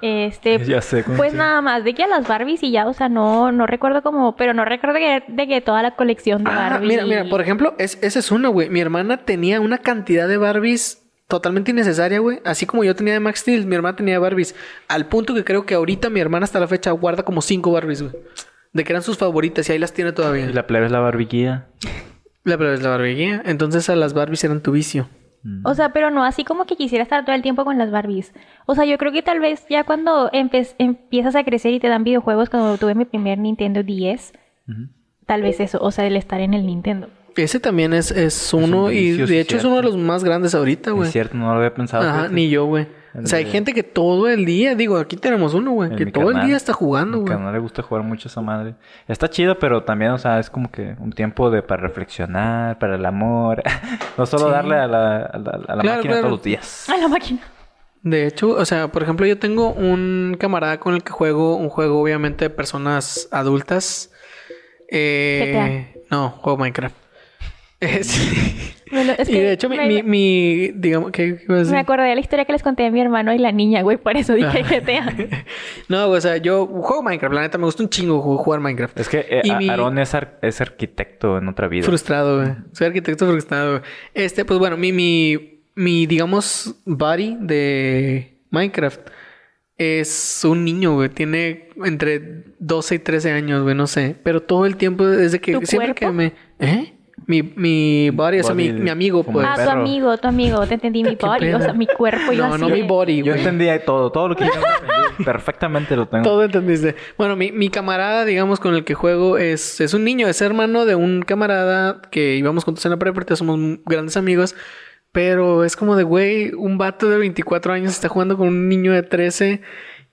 Este, *laughs* Ya sé, con pues quién. nada más de que a las Barbies y ya, o sea, no, no recuerdo como, pero no recuerdo que, de que toda la colección de Ah, Barbie. mira, mira, por ejemplo, es, esa es una, güey. Mi hermana tenía una cantidad de Barbies totalmente innecesaria, güey. Así como yo tenía de Max Steel, mi hermana tenía de Barbies. Al punto que creo que ahorita mi hermana hasta la fecha guarda como cinco Barbies, güey. De que eran sus favoritas y ahí las tiene todavía. Y La, la plebe es la barbiquilla. pero es la barbeguía. Entonces a las Barbies eran tu vicio. O sea, pero no así como que quisiera estar todo el tiempo con las Barbies. O sea, yo creo que tal vez ya cuando empe- empiezas a crecer y te dan videojuegos, cuando tuve mi primer Nintendo 10, tal vez eso, o sea, el estar en el Nintendo. *laughs* Ese también es, es uno un y vicio, de sí, hecho es uno de los cierto. más grandes ahorita, güey. Es cierto, no lo había pensado. Ajá, fíjate. ni yo, güey. O El sea, hay de- gente que todo el día, digo, aquí tenemos uno, güey, En que mi todo el carnal. día está jugando, Mi güey. carnal le gusta jugar mucho esa madre. Está chido, pero también, o sea, es como que un tiempo de para reflexionar, para el amor. *laughs* no solo Sí. darle a la, a la, a la Claro, máquina claro. todos los días. A la máquina. De hecho, o sea, por ejemplo, yo tengo un camarada con el que juego un juego, obviamente, de personas adultas. Eh, no, juego Minecraft. *laughs* Es- Me lo- es y que de hecho, mi, pues, me, mi, mi- digamos, ¿qué qué iba a me decir? acordé de la historia que les conté de mi hermano y la niña, güey, por eso dije Ah. GTA. No, o sea, yo juego Minecraft, la neta, me gusta un chingo ju- jugar Minecraft. Es que eh, Y a- mi- Aarón es, ar- es arquitecto en otra vida. Frustrado, güey. Soy arquitecto frustrado, güey. Este, pues bueno, mi, mi, mi, digamos, body de Minecraft es un niño, güey. Tiene entre 12 y 13 años, güey, no sé. Pero todo el tiempo, desde que ¿Tu siempre que cuerpo? me. ¿Eh? Mi, mi body, o sea, mi, Body mi amigo, como pues. el ah, pues tu perro. amigo, tu amigo, te entendí, mi Qué body, o pedo. sea, mi cuerpo. y yo No, así no de- mi body, Yo güey. entendí ahí todo, todo lo que yo *laughs* entendí, perfectamente lo tengo. Todo entendiste. Bueno, mi, mi camarada, digamos, con el que juego es, es un niño, es hermano de un camarada que íbamos juntos en la prepa, ahorita somos m- grandes amigos, pero es como de, güey, un vato de 24 años está jugando con un niño de 13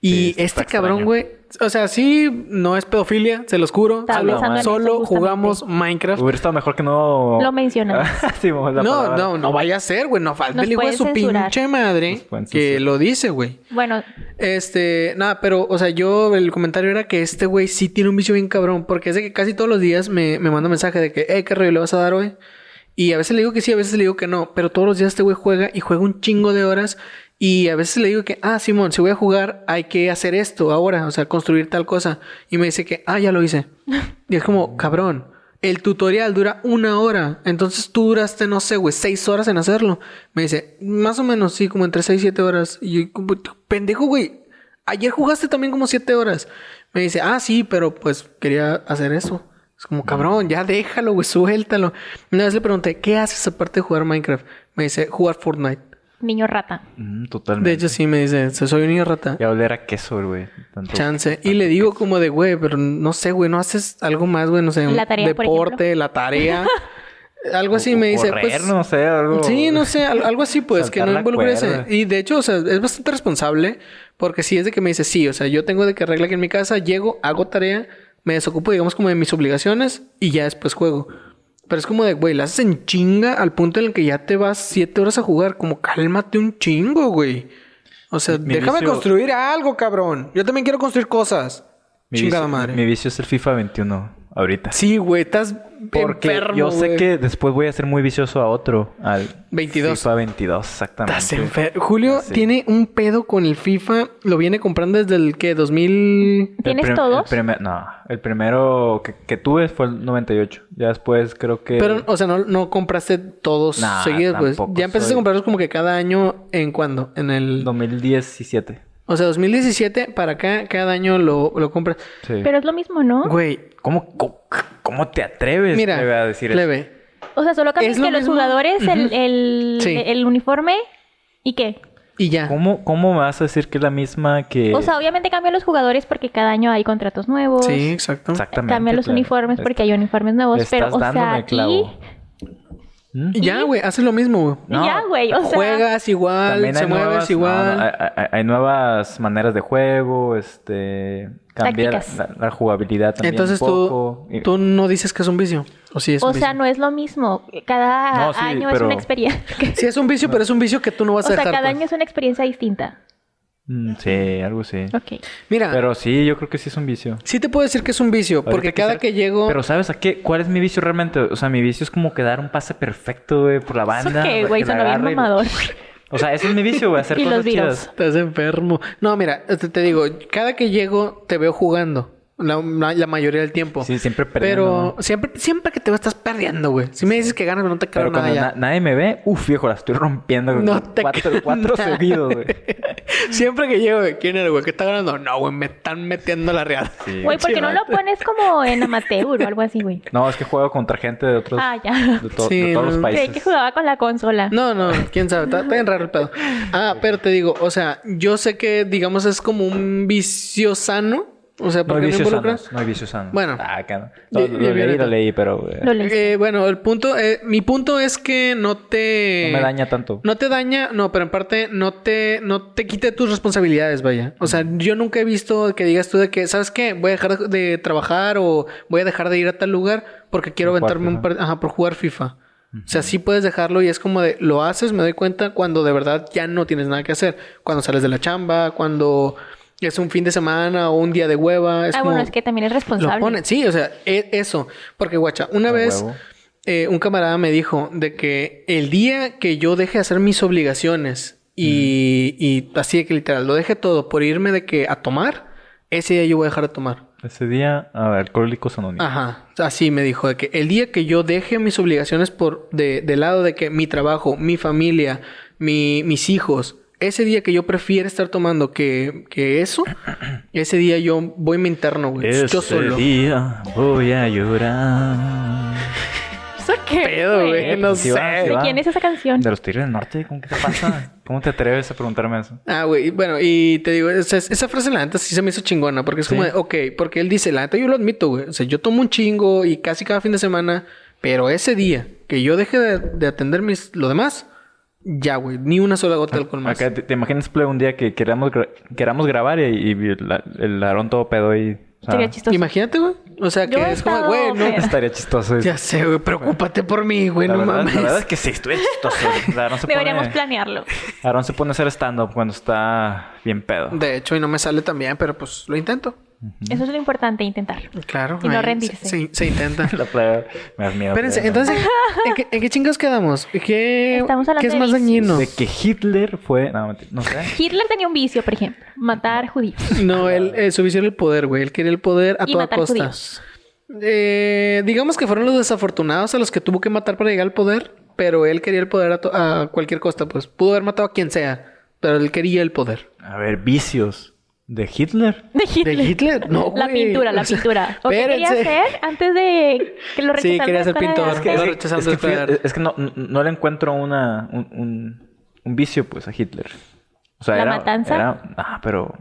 y Sí, está este extraño. cabrón, güey, o sea, sí, no es pedofilia, se los juro, Estaba solo, pensando en eso solo justamente. jugamos Minecraft. Hubiera estado mejor que no. Ah, Lo mencionas. *laughs* Sí, la No, palabra. no, no vaya a ser, güey, no falte Nos el hijo de pueden su censurar. pinche madre Nos pueden que censurar. lo dice, güey. Bueno, Este, nada, pero, o sea, yo, el comentario era que este güey sí tiene un vicio bien cabrón, porque es de que casi todos los días me, me manda mensaje de que, hey, ¿qué rollo le vas a dar hoy? Y a veces le digo que sí, a veces le digo que no, pero todos los días este güey juega y juega un chingo de horas. Y a veces le digo que, ah, Simón, si voy a jugar, hay que hacer esto ahora, o sea, construir tal cosa. Y me dice que, ah, ya lo hice. Y es como, cabrón, el tutorial dura una hora. Entonces tú duraste, no sé, güey, seis horas en hacerlo. Me dice, más o menos, sí, como entre seis y siete horas. Y yo, como, pendejo, güey, ayer jugaste también como siete horas. Me dice, ah, sí, pero pues quería hacer eso. Es como, cabrón, ya déjalo, güey, suéltalo. Una vez le pregunté, ¿qué haces aparte de jugar Minecraft? Me dice, jugar Fortnite. niño rata. Mm, totalmente. De hecho, sí, me dice, soy un niño rata. Ya oler a queso, güey. Tanto- Chance. Y le digo como de, güey, pero no sé, güey, no haces algo más, güey, no sé, un La tarea, por deporte, la *laughs* tarea. algo así o me dice, correr, pues... no sé, algo. Sí, no sé, al- algo así, pues, que Saltar no la involucre ese. cuerda. Y de hecho, o sea, es bastante responsable, porque sí es de que me dice, sí, o sea, yo tengo de que arreglar aquí en mi casa, llego, hago tarea, me desocupo, digamos, como de mis obligaciones y ya después juego. Pero es como de, güey, la haces en chinga al punto en el que ya te vas siete horas a jugar, como cálmate un chingo, güey. O sea, Mi- mi déjame vicio- construir algo, cabrón. Yo también quiero construir cosas. Mi Chingada vicio- madre. Mi vicio es el FIFA 21 ahorita. Sí, güey, estás Porque enfermo, yo sé güey. que después voy a ser muy vicioso a otro, al 22. FIFA 22, exactamente. Ah, Estás enfer- Julio Sí. tiene un pedo con el FIFA. Lo viene comprando desde el que 2000. El ¿Tienes prim- todos? el primer- no, el primero que, que tuve fue el 98. Ya después creo que... Pero, o sea, no, no compraste todos Nah, seguidos, pues. tampoco Ya empezaste soy- a comprarlos como que cada año. ¿En cuándo? En el. 2017. O sea, 2017 para acá, cada año lo, lo compras. Sí. Pero es lo mismo, ¿no? Güey, ¿Cómo, cómo, cómo te atreves mira. plebe, a decir eso? plebe, O sea, solo cambias Es lo que los mismo. jugadores, el, Ujú. el, Sí. el uniforme y qué. Y ya. ¿Cómo, ¿Cómo me vas a decir que es la misma que...? O sea, obviamente cambian los jugadores porque cada año hay contratos nuevos. Sí, exacto. Exactamente. Cambian los plebe. uniformes Es- porque hay uniformes nuevos. le Pero, estás o sea, dándome el aquí. clavo. ¿Mm? Y Ya, güey, haces lo mismo, güey. y No, ya, güey. O sea, Juegas igual, También se hay mueves nuevas- igual. no, eh, no, hay, hay- hay nuevas maneras de juego, este... Cambiar Tácticas. la, la jugabilidad también Entonces un poco. tú, Y- tú no dices que es un vicio. O sí es un o sea, vicio? no es lo mismo. Cada No, sí, año es pero- una experiencia. Sí es un vicio, pero es un vicio que tú no o vas a sea, dejar. cada pues. año es una experiencia distinta. Mm, sí, algo así. Ok. Mira, Pero sí, yo creo que sí es un vicio. sí te puedo decir que es un vicio, porque Ahorita cada quisiera- que llego... Pero ¿sabes a qué? ¿Cuál es mi vicio realmente? O sea, mi vicio es como que dar un pase perfecto, güey, por la ¿Eso banda. qué, que güey? la Sonó bien agarre y- *laughs* mamador. O sea, ese es mi vicio, güey, *laughs* hacer Y los cosas virus. chidas. Estás enfermo. No, mira, te, te digo, cada que llego te veo jugando. La, la- la mayoría del tiempo. Sí, siempre perdiendo, Pero ¿no? siempre, siempre que te veo estás perdiendo, güey. Si me dices que ganas, no te creo Pero nada cuando ya. na- nadie me ve, uff, viejo, la estoy rompiendo. güey. No te cuatro, creo *laughs* cuatro nada. seguidos, güey. *laughs* Siempre que llego, güey, ¿quién era, güey? ¿Qué está ganando? No, güey, me están metiendo la real. Sí. Güey, ¿por qué no lo pones como en amateur o algo así, güey? No, es que juego contra gente de otros... Ah, ya. De, to- Sí, de todos no. los Creí que países. jugaba con la consola. Pues, No, no, quién sabe, está, está bien raro el pedo. Ah, pero te digo, o sea, yo sé que, digamos, es como un vicio sano. O sea, No hay porque no vicios involucra. sanos. No hay vicios sanos. Bueno. Ah, que no. Yo- Lo, yo lo leí, violeta. lo leí, pero... güey, Lo leí. Eh, bueno, el punto, eh, mi punto es que no te. no me daña tanto. No te daña, no, pero en parte no te, no te quite tus responsabilidades, vaya. O sea, yo nunca he visto que digas tú de que, ¿sabes qué? Voy a dejar de trabajar o voy a dejar de ir a tal lugar porque quiero Por aventarme cuarto, un par, ajá, por jugar FIFA. O sea, sí puedes dejarlo y es como de, lo haces, me doy cuenta cuando de verdad ya no tienes nada que hacer. Cuando sales de la chamba, cuando es un fin de semana o un día de hueva. Es ah, como, bueno, es que también es lo responsable. pones. Sí, o sea, e- eso. Porque, guacha, una A vez huevo. eh, un camarada me dijo de que el día que yo deje de hacer mis obligaciones y, Mm. y así de que literal, lo deje todo por irme de que a tomar, ese día yo voy a dejar de tomar. Ese día, a ver, alcohólicos anónimos. Ajá, así me dijo de que el día que yo deje mis obligaciones por de, de lado de que mi trabajo, mi familia, mi- mis hijos, ese día que yo prefiero estar tomando que, que *clears throat* eso, ese día yo voy mi interno, güey. pues, yo solo. día voy a llorar. *laughs* ¿Eso qué, pedo, güey? No Sí, va, sé. sí, ¿De va. quién es esa canción? ¿De los Tigres del Norte? ¿Cómo que te *laughs* pasa? ¿Cómo te atreves a preguntarme eso? Ah, güey, bueno, y te digo, esa, esa frase la neta sí se me hizo chingona, porque es como Sí. de, ok, porque él dice, la neta yo lo admito, güey, o sea, yo tomo un chingo y casi cada fin de semana, pero ese día que yo deje de, de atender mis, lo demás, ya, güey, ni una sola gota de alcohol más. Ah, Acá, ¿te, te imaginas, play, un día que queramos, gra- queramos grabar y, y la- el Aarón todo pedo y... o sea, Sería chistoso. Ah, Imagínate, güey, o sea, que Yo he es como, de, estado güey, no, peda. Estaría chistoso. ya sé, güey, preocúpate por mí, güey, Pues, la, no verdad, mames. la verdad es que sí, estuviera chistoso. El *laughs* Aarón se Deberíamos pone, planearlo. Aarón se pone a hacer stand-up cuando está bien pedo. De hecho, y no me sale tan bien, pero pues lo intento. Eso es lo importante, intentarlo. Claro. Y no ahí se- rendirse. Se, se *laughs* intenta. *laughs* La playa me da miedo. Espérense, plebe. entonces, ¿en qué, en qué chingados quedamos? ¿Qué, Estamos hablando qué es de más vicios. dañino? De que Hitler fue... No, mentira, no sé. Hitler tenía un vicio, por ejemplo, *laughs* matar judíos. No, él, eh, su visión era el poder, güey. Él quería el poder a Y toda matar costa. judíos. Eh, digamos que fueron los desafortunados a los que tuvo que matar para llegar al poder, pero él quería el poder a, to- a cualquier costa. Pues pudo haber matado a quien sea, pero él quería el poder. A ver, vicios. ¿De Hitler? De Hitler. ¿De Hitler? No, güey. La pintura, la O sea, pintura. ¿O qué quería espérense. hacer antes de que lo Sí, quería rechazaran? de la ser escuela de pintor. arte? Lo que- rechazan es que, de fíjate, pegar. es que no, no- no le encuentro una, un, un- un vicio, pues, a Hitler. O sea, ¿La era, matanza? era- Ah, pero...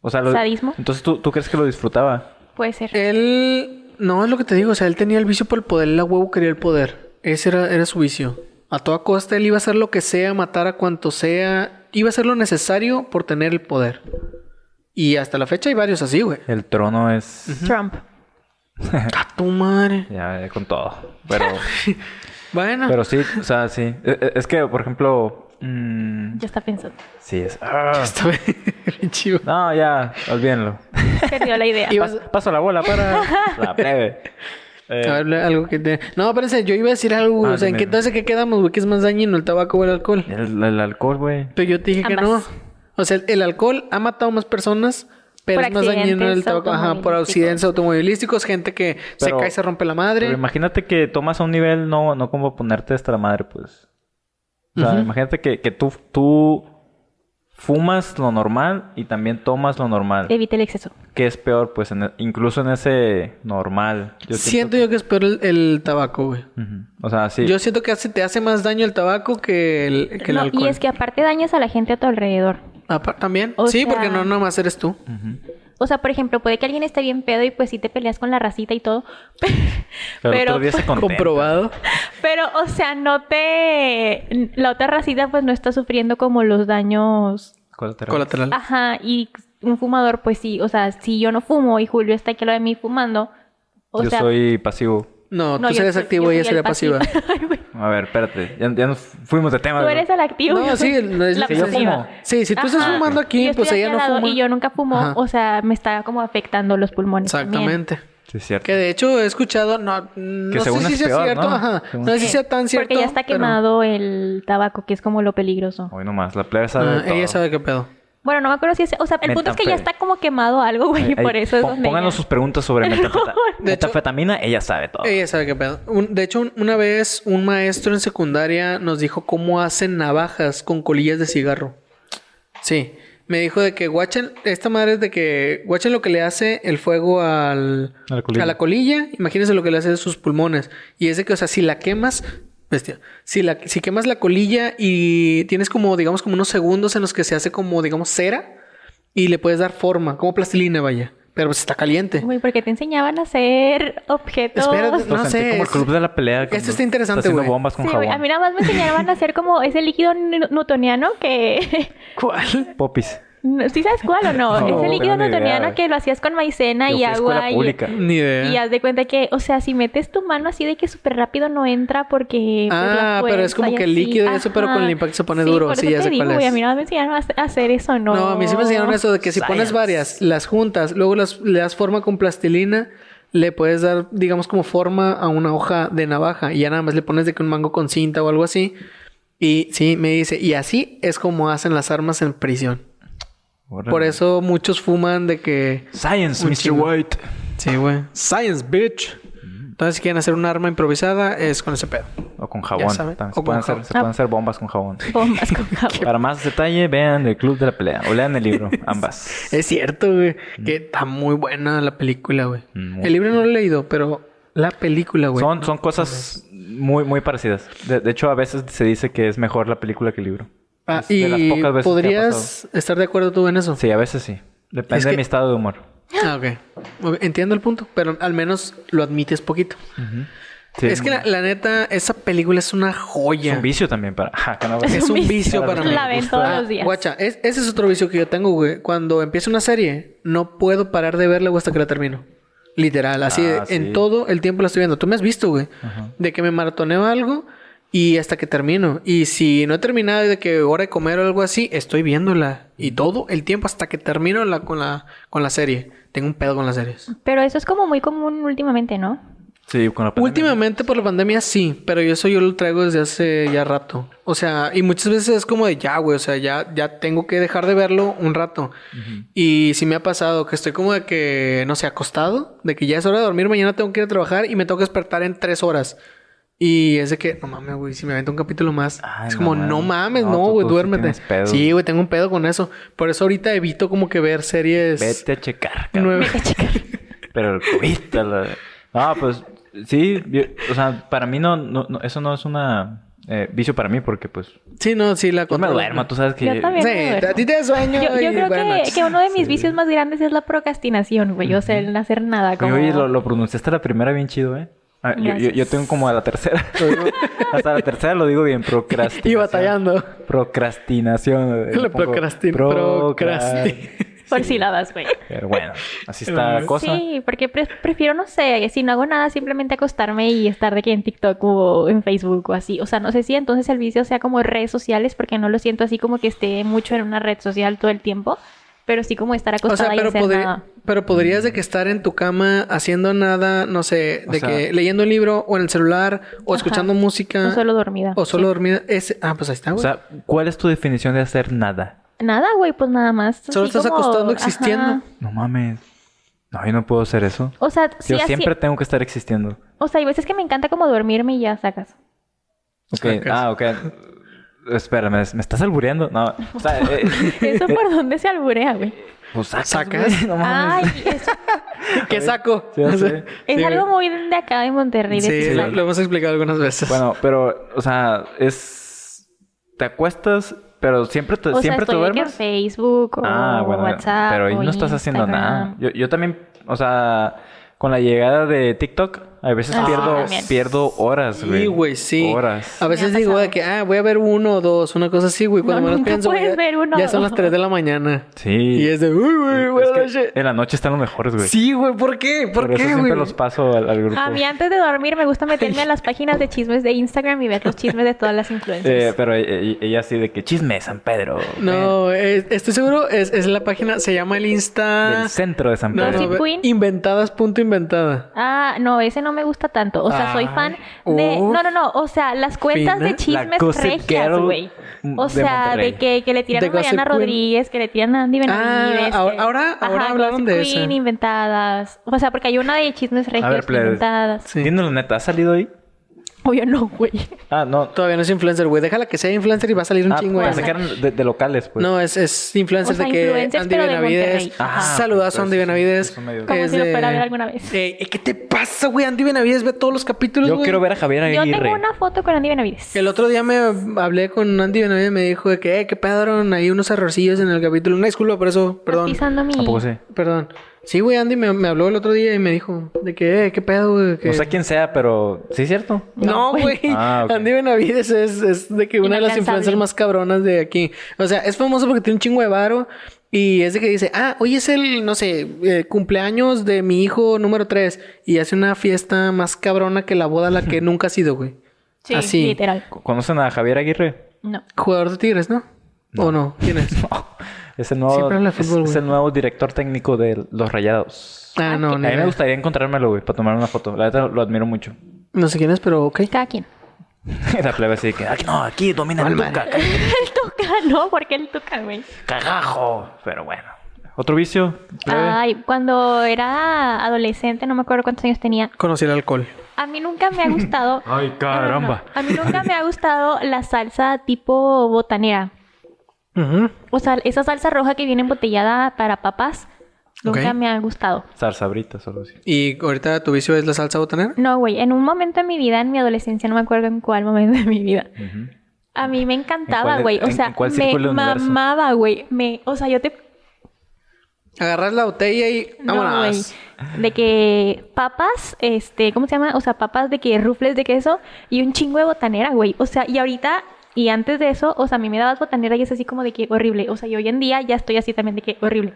O sea, lo- ¿Sadismo? Entonces, ¿tú, tú crees que lo disfrutaba? Puede ser. Él. No, es lo que te digo. O sea, él tenía el vicio por el poder. La huevo quería el poder. Ese era, era su vicio. A toda costa él iba a hacer lo que sea, matar a cuanto sea. Iba a hacer lo necesario por tener el poder. Y hasta la fecha hay varios así, güey. El trono es... Trump. A tu madre. Ya, eh, con todo. *laughs* Pero, Bueno. pero sí, o sea, sí. Eh, eh, Es que, por ejemplo... mm, Ya *laughs* está pensando. sí, es... ah. Está *laughs* bien chido. No, ya, olvídenlo. Perdió la idea. Y- Pas- paso la *laughs* bola para la plebe. Eh, A ver, algo que te... No, espérense, yo iba a decir algo, güey. Ah, o sea, ¿en dime, qué dime. entonces qué quedamos, güey? ¿Qué es más dañino, el tabaco o el alcohol? el, el alcohol, güey. Pero yo te dije que no. Ambas. O sea, el, el alcohol ha matado más personas, pero Por es más dañino el accidentes tabaco. Ajá, por automovilísticos. accidentes automovilísticos, gente que se Pero- cae y se rompe la madre. Pero imagínate que tomas a un nivel no, no como ponerte hasta la madre, pues. O sea, Ujú. imagínate que, que tú, tú fumas lo normal y también tomas lo normal. Evite el exceso. ¿Qué es peor? Pues en e- incluso en ese normal. Yo siento yo que es peor el, el tabaco, güey. Ujú. O sea, sí. Yo siento que hace- te hace más daño el tabaco que el, que el No, alcohol. y es que aparte dañas a la gente a tu alrededor. Apa- ¿También? O sí, sea- porque no nomás eres tú. Ujú. O sea, por ejemplo, puede que alguien esté bien pedo y pues sí te peleas con la racita y todo. *laughs* Pero, Pero, el otro día se contenta. Comprobado. *laughs* pero, o sea, no te... La otra racita pues no está sufriendo como los daños... Colateral. Colateral. Ajá, y un fumador pues sí. O sea, si yo no fumo y Julio está aquí lo de mí fumando... O yo sea, soy pasivo. No, No, tú yo serías soy- activo yo y ella soy el sería pasiva. Ay, *laughs* güey. A ver, espérate. Ya, ya nos fuimos de tema. Tú güey. eres el activo. No, yo sí, soy no es- la sí, yo pasiva. fumo. Sí, si tú estás Ajá. fumando Yo aquí, estoy pues ella al no lado fuma. Y yo nunca fumo, Ajá. o sea, me está como afectando los pulmones. también. Exactamente. Sí, es cierto. Que de hecho he escuchado, no, no sé según si es sea peor, cierto, ¿no? ajá. Según- No sé si sea tan cierto. Porque ya está pero- quemado el tabaco, que es como lo peligroso. Hoy nomás, la plebe sabe. Ah, de todo. ella sabe qué pedo. Bueno, no me acuerdo si es. O sea, el punto es que ya Metanfetamina. está como quemado algo, güey, Ahí- y por ahí, eso es pon- donde. Pónganos ya- sus *laughs* preguntas sobre metafeta- De hecho- metafetamina. Ella sabe todo. Ella sabe qué pedo. Un- de hecho, un- una vez un maestro en secundaria nos dijo cómo hacen navajas con colillas de cigarro. Sí. Me dijo de que guachen, esta madre es de que guachen lo que le hace el fuego al, A la colilla. a la colilla. Imagínense lo que le hace a sus pulmones. Y es de que, o sea, si la quemas, bestia, si, la, si quemas la colilla y tienes como, digamos, como unos segundos en los que se hace como, digamos, cera y le puedes dar forma, como plastilina, vaya. Pero pues está caliente. Güey, porque te enseñaban a hacer objetos. Espérate, Lo no sentí sé, Como el es- club de la pelea. esto cuando está interesante, haciendo güey. bombas con Sí, güey, ah, jabón. a mí nada más me enseñaban a hacer como ese líquido nu- newtoniano que. *laughs* ¿Cuál? Popis. no- ¿Sí sabes cuál o no? No, ese no líquido tengo ni idea, newtoniano güey. que lo hacías con maicena Yo y fui a escuela agua. y- pública. Ni idea. Y haz de cuenta que, o sea, si metes tu mano así de que súper rápido no entra porque. pues, la Ah, pero es fuerza como y que así. líquido y eso, pero con el impacto se pone duro. Por Sí, eso ya te sé digo, cuál güey, es. a mí nada más me enseñaron a hacer- a hacer eso, ¿no? No, a mí sí me enseñaron eso de que si pones Science. varias, las juntas, luego las, le das forma con plastilina, le puedes dar, digamos, como forma a una hoja de navaja y ya nada más le pones de que un mango con cinta o algo así. Y sí, me dice, y así es como hacen las armas en prisión. Por Órale. eso muchos fuman de que... Science, Un Mr. chingo. White. Sí, güey. Mm. Science, bitch. Entonces, si quieren hacer un arma improvisada, es con ese pedo. O con Ya jabón. saben. También O se, con pueden jabón. hacer, se Ah. pueden hacer bombas *laughs* con jabón. Bombas *laughs* con jabón. Para más detalle, vean el club de la pelea. O lean *laughs* el libro, ambas. Es cierto, güey. Que está muy buena la película, güey. Mm. El libro no lo he leído, pero la película, güey. Son, son cosas muy, muy parecidas. De, de hecho, a veces se dice que es mejor la película que el libro. Ah, es de las y pocas veces que ha podrías estar de acuerdo tú en eso. Sí, a veces sí. Depende Es que- de mi estado de humor. Ah, ok. Ok, Entiendo el punto, pero al menos lo admites poquito. Sí, es que la, la neta, esa película es una es joya. un vicio también para... *laughs* Ajá, que no- Es un vicio para mí. La ven todos Ah, los días. Guacha, es- ese es otro vicio que yo tengo, güey. Cuando empiezo una serie, no puedo parar de verla güey, hasta que la termino. Literal, así Ah, de- en sí. todo el tiempo la estoy viendo. Tú me has visto, güey. De que me maratoneo algo y hasta que termino. Y si no he terminado y de que hora de comer o algo así, estoy viéndola. Y todo el tiempo hasta que termino la, con, la, con la serie. Tengo un pedo con las series. Pero eso es como muy común últimamente, ¿no? Sí, con la pandemia. Últimamente por la pandemia sí, pero yo eso yo lo traigo desde hace ya rato. O sea, y muchas veces es como de ya, güey, o sea, ya, ya tengo que dejar de verlo un rato. Y sí me ha pasado que estoy como de que, no sé, acostado, de que ya es hora de dormir, mañana tengo que ir a trabajar y me tengo que despertar en tres horas. Y es de que, no mames, güey, si me avento un capítulo más. Ay, es no como, mames. no mames, No, no, tú- güey, tú sí duérmete. tienes pedo. Sí, güey, tengo un pedo con eso. Por eso ahorita evito como que ver series Vete a checar, cabrón. nueve. Pero el COVID, a la- No, pues sí, yo- o sea, para mí no, no, no- eso no es una eh, vicio para mí porque pues *laughs* Sí, no, sí, la yo me controlo. duermo, tú sabes que Yo también. Sí, me duermo. a ti te da Yo, sueño. yo y creo buenas que, noches. que uno de mis vicios más grandes es la procrastinación, güey. O sea, el no hacer nada. Oye, Como... oye, lo, lo pronunciaste la primera bien chido, ¿eh? Ah, yo, yo- yo Gracias. tengo como a la *laughs* tercera. Hasta la tercera lo digo *laughs* bien, *laughs* procrastinación. Y batallando. Procrastinación. eh, Lo le pongo procrastin- procra- procrasti- Por sílabas, güey. Pero bueno, así está la cosa. Sí, porque pre- prefiero, no sé, si no hago nada, simplemente acostarme y estar de que en TikTok o en Facebook o así. O sea, no sé si entonces el vicio sea como redes sociales, porque no lo siento así como que esté mucho en una red social todo el tiempo, pero sí como estar O acostada sea, y pero, hacer podri- nada. pero podrías de que estar en tu cama haciendo nada, no sé, O de sea- que leyendo un libro o en el celular o Ajá. escuchando música No solo dormida. o solo Sí. dormida. Ese- ah, pues ahí está, O güey. sea, ¿cuál es tu definición de hacer nada? Nada, güey, pues nada más. Solo así estás como- acostando, existiendo. ajá. No mames. No, yo no puedo hacer eso. O sea, sí, Yo así- siempre tengo que estar existiendo. O sea, hay veces que me encanta como dormirme y ya sacas. Ok, Sacas. ah, ok. Espérame, ¿me estás albureando? No, o sea, eh, *laughs* ¿Eso por dónde se alburea, güey? pues sacas, Sacas. *laughs* güey, no Ay, mames. es, *laughs* ¿Qué saco? *laughs* Sí, ya sé. es Ah, Sí, algo muy de acá de Monterrey. de Sí, Tijuana. lo, lo hemos explicado algunas veces. Bueno, pero, o sea, es... Te acuestas, pero siempre te, O sea, siempre te estoy de que en duermes. Facebook o Ah, bueno, WhatsApp. pero ahí o no estás haciendo Instagram. nada. Yo, yo también, o sea, con la llegada de TikTok, A veces Ah, pierdo, también. pierdo horas, güey. Sí, güey, sí. Horas. A veces Me ha digo de pasado. que, ah, voy a ver uno o dos, una cosa así, güey. Cuando No, menos nunca pienso, güey, puedes ver uno ya o son las dos. 3 de la mañana. Sí. Y es de, uy, güey, Es buena que noche. en la noche están los mejores, güey. Sí, güey, ¿por qué? ¿Por, eso qué, siempre güey? los paso al, al grupo. A mí antes de dormir me gusta meterme a las páginas de chismes de Instagram y ver los chismes de todas las Eh, influencers. pero e- e- ella así de que chisme San Pedro. No, es- estoy seguro, es, es la página, se llama el güey, Insta. Del centro de San ah, No, Pedro. no, Gossip ve- Queen. Inventadas.inventada. Ah, no, ese no me gusta tanto. O sea, soy Ay. fan de. Uf. No, no, no. O sea, las cuentas Fina. de La chismes Gossip regias, Girl güey. O de sea, de, Monterrey. que, que le tiran The a Mariana Gossip Queen. Rodríguez, que le tiran a Ah, Andy Benavides. que- ahora- ahora- ahora hablaron de Gossip Queen, esa. inventadas. O sea, porque hay una de chismes regias ver, plebes. inventadas. Sí. Dinos la neta, ¿has salido ahí? Obvio no, güey. Ah, no. Todavía no es influencer, güey. Déjala que sea influencer y va a salir un Ah, chingo de pensé que eran de, de locales, pues. No, es, es influencer O sea, de que influencers, Andy pero de Benavides. Monterrey. Ajá. saludazo a Andy Entonces, Benavides. eso medio- Como Es si lo fuera a de- ver alguna vez. Eh, eh, ¿Qué te pasa, güey? Andy Benavides ve todos los capítulos, Yo güey. quiero ver a Javier Yo Aguirre. tengo una foto con Andy Benavides. El otro día me hablé con Andy Benavides y me dijo de que, eh, que pedaron ahí unos errorcillos en el capítulo. Una disculpa por eso, Estás perdón. Pisando mi... ¿A poco sí? Perdón. Sí, güey, Andy me, me habló el otro día y me dijo de que, eh, qué pedo, güey. que- No sé quién sea, pero sí es cierto. No, güey. Ah, ok. Andy Benavides es, es de que una de las Inalcanzable. influencers más cabronas de aquí. O sea, es famoso porque tiene un chingo de varo. Y es de que dice, ah, hoy es el, no sé, eh, cumpleaños de mi hijo número 3. Y hace una fiesta más cabrona que la boda a la *laughs* que nunca ha sido, güey. Ah, Sí, Así. literal. ¿Con- ¿Conocen a Javier Aguirre? No. Jugador de Tigres, ¿no? ¿O no? ¿Quién *laughs* es? Es el nuevo, Siempre habla de es- fútbol, es, güey. el nuevo director técnico de Los Rayados. Ah, no, A ni mí me idea. gustaría encontrármelo, güey, para tomar una foto. La neta lo admiro mucho. *laughs* No sé quién es, pero ok. Cada quien. *laughs* La plebe así de que, "Ah, no, aquí domina el Tuca, El Tuca, no, porque el Tuca, güey. cagajo. Pero bueno. ¿Otro vicio? plebe? Ay, cuando era adolescente, no me acuerdo cuántos años tenía. Conocí el alcohol. A mí nunca *laughs* me ha gustado. Ay, No, no, no, Ah, caramba. A mí nunca me ha gustado la salsa tipo botanera. Ujú. O sea, esa salsa roja que viene embotellada para papas, nunca Ok. me ha gustado. Zarzabritas, algo así. ¿Y ahorita tu vicio es la salsa botanera? No, güey, en un momento de mi vida, en mi adolescencia, no me acuerdo en cuál momento de mi vida. Ujú. A mí me encantaba, cuál- güey. O en- sea, en cuál me círculo del universo? mamaba, güey. Me, o sea, yo te Agarras la botella y No, vámonos. güey. de que papas, este, ¿cómo se llama? O sea, papas de que rufles de queso y un chingo de botanera, güey. O sea, y ahorita y antes de eso, o sea, a mí me dabas botanera y es así como de que horrible. O sea, y hoy en día ya estoy así también de que horrible.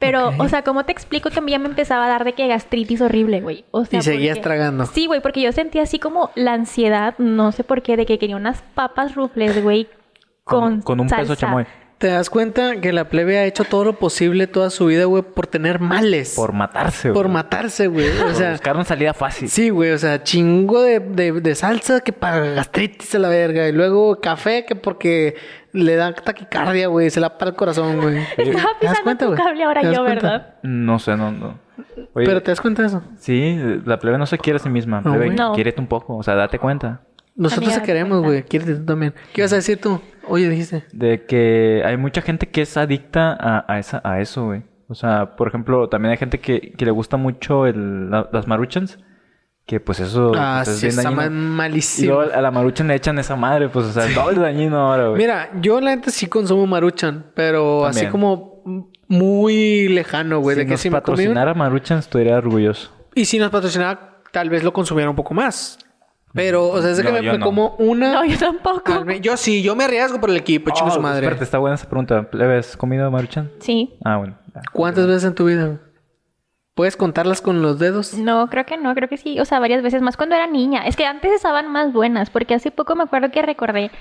Pero, o sea, ¿cómo te explico que a mí ya me empezaba a dar de que gastritis horrible, güey? O sea, y seguías porque- tragando. Sí, güey, porque yo sentía así como la ansiedad, no sé por qué, de que quería unas papas rufles, güey, con, Con, con un peso salsa. chamoy. Te das cuenta que la plebe ha hecho todo lo posible toda su vida, güey, por tener males. Por matarse, Por güey. matarse, güey. O Por sea, buscar una salida fácil. sí, güey. O sea, chingo de, de, de salsa que para gastritis a la verga. Y luego café que porque le da taquicardia, güey. Se la para el corazón, *laughs* güey. *laughs* Estaba ¿Te das pisando cuenta, tu güey? cable ahora ¿Te das yo, cuenta? ¿verdad? No sé, no, no. Oye, Pero te das cuenta de eso. sí, la plebe no se quiere a sí misma. No, Plebe, güey. No. quiérete un poco. O sea, date cuenta. Nosotros Amiga, te date queremos, cuenta. güey. Quieres tú también. ¿Qué ibas a decir tú? Oye, dijiste. De que hay mucha gente que es adicta a, a esa, a eso, güey. O sea, por ejemplo, también hay gente que, que le gusta mucho el, la- las maruchans. Que pues eso Ah, pues, es sí, bien está ma- dañino. Y malísimo. luego a la maruchan le echan esa madre, pues, o sea, es doble dañino ahora, güey. Mira, yo la neta sí consumo maruchan, pero así También. como muy lejano, güey. si de que nos si me comí una- patrocinara maruchan, estaría orgulloso. Y si nos patrocinaba, tal vez lo consumiera un poco más. Pero, o sea, es de que No, me, yo me no. como una. No, yo *laughs* tampoco. al mes. yo sí, yo me arriesgo por el equipo, chingo su Oh, madre. Espérate, está buena esa pregunta. ¿Le has comido maruchan? Sí. Ah, bueno. ya. ¿Cuántas veces en tu vida? ¿Puedes contarlas con los dedos? No, creo que no, creo que sí. O sea, varias veces más cuando era niña. Es que antes estaban más buenas, porque hace poco me acuerdo que recordé.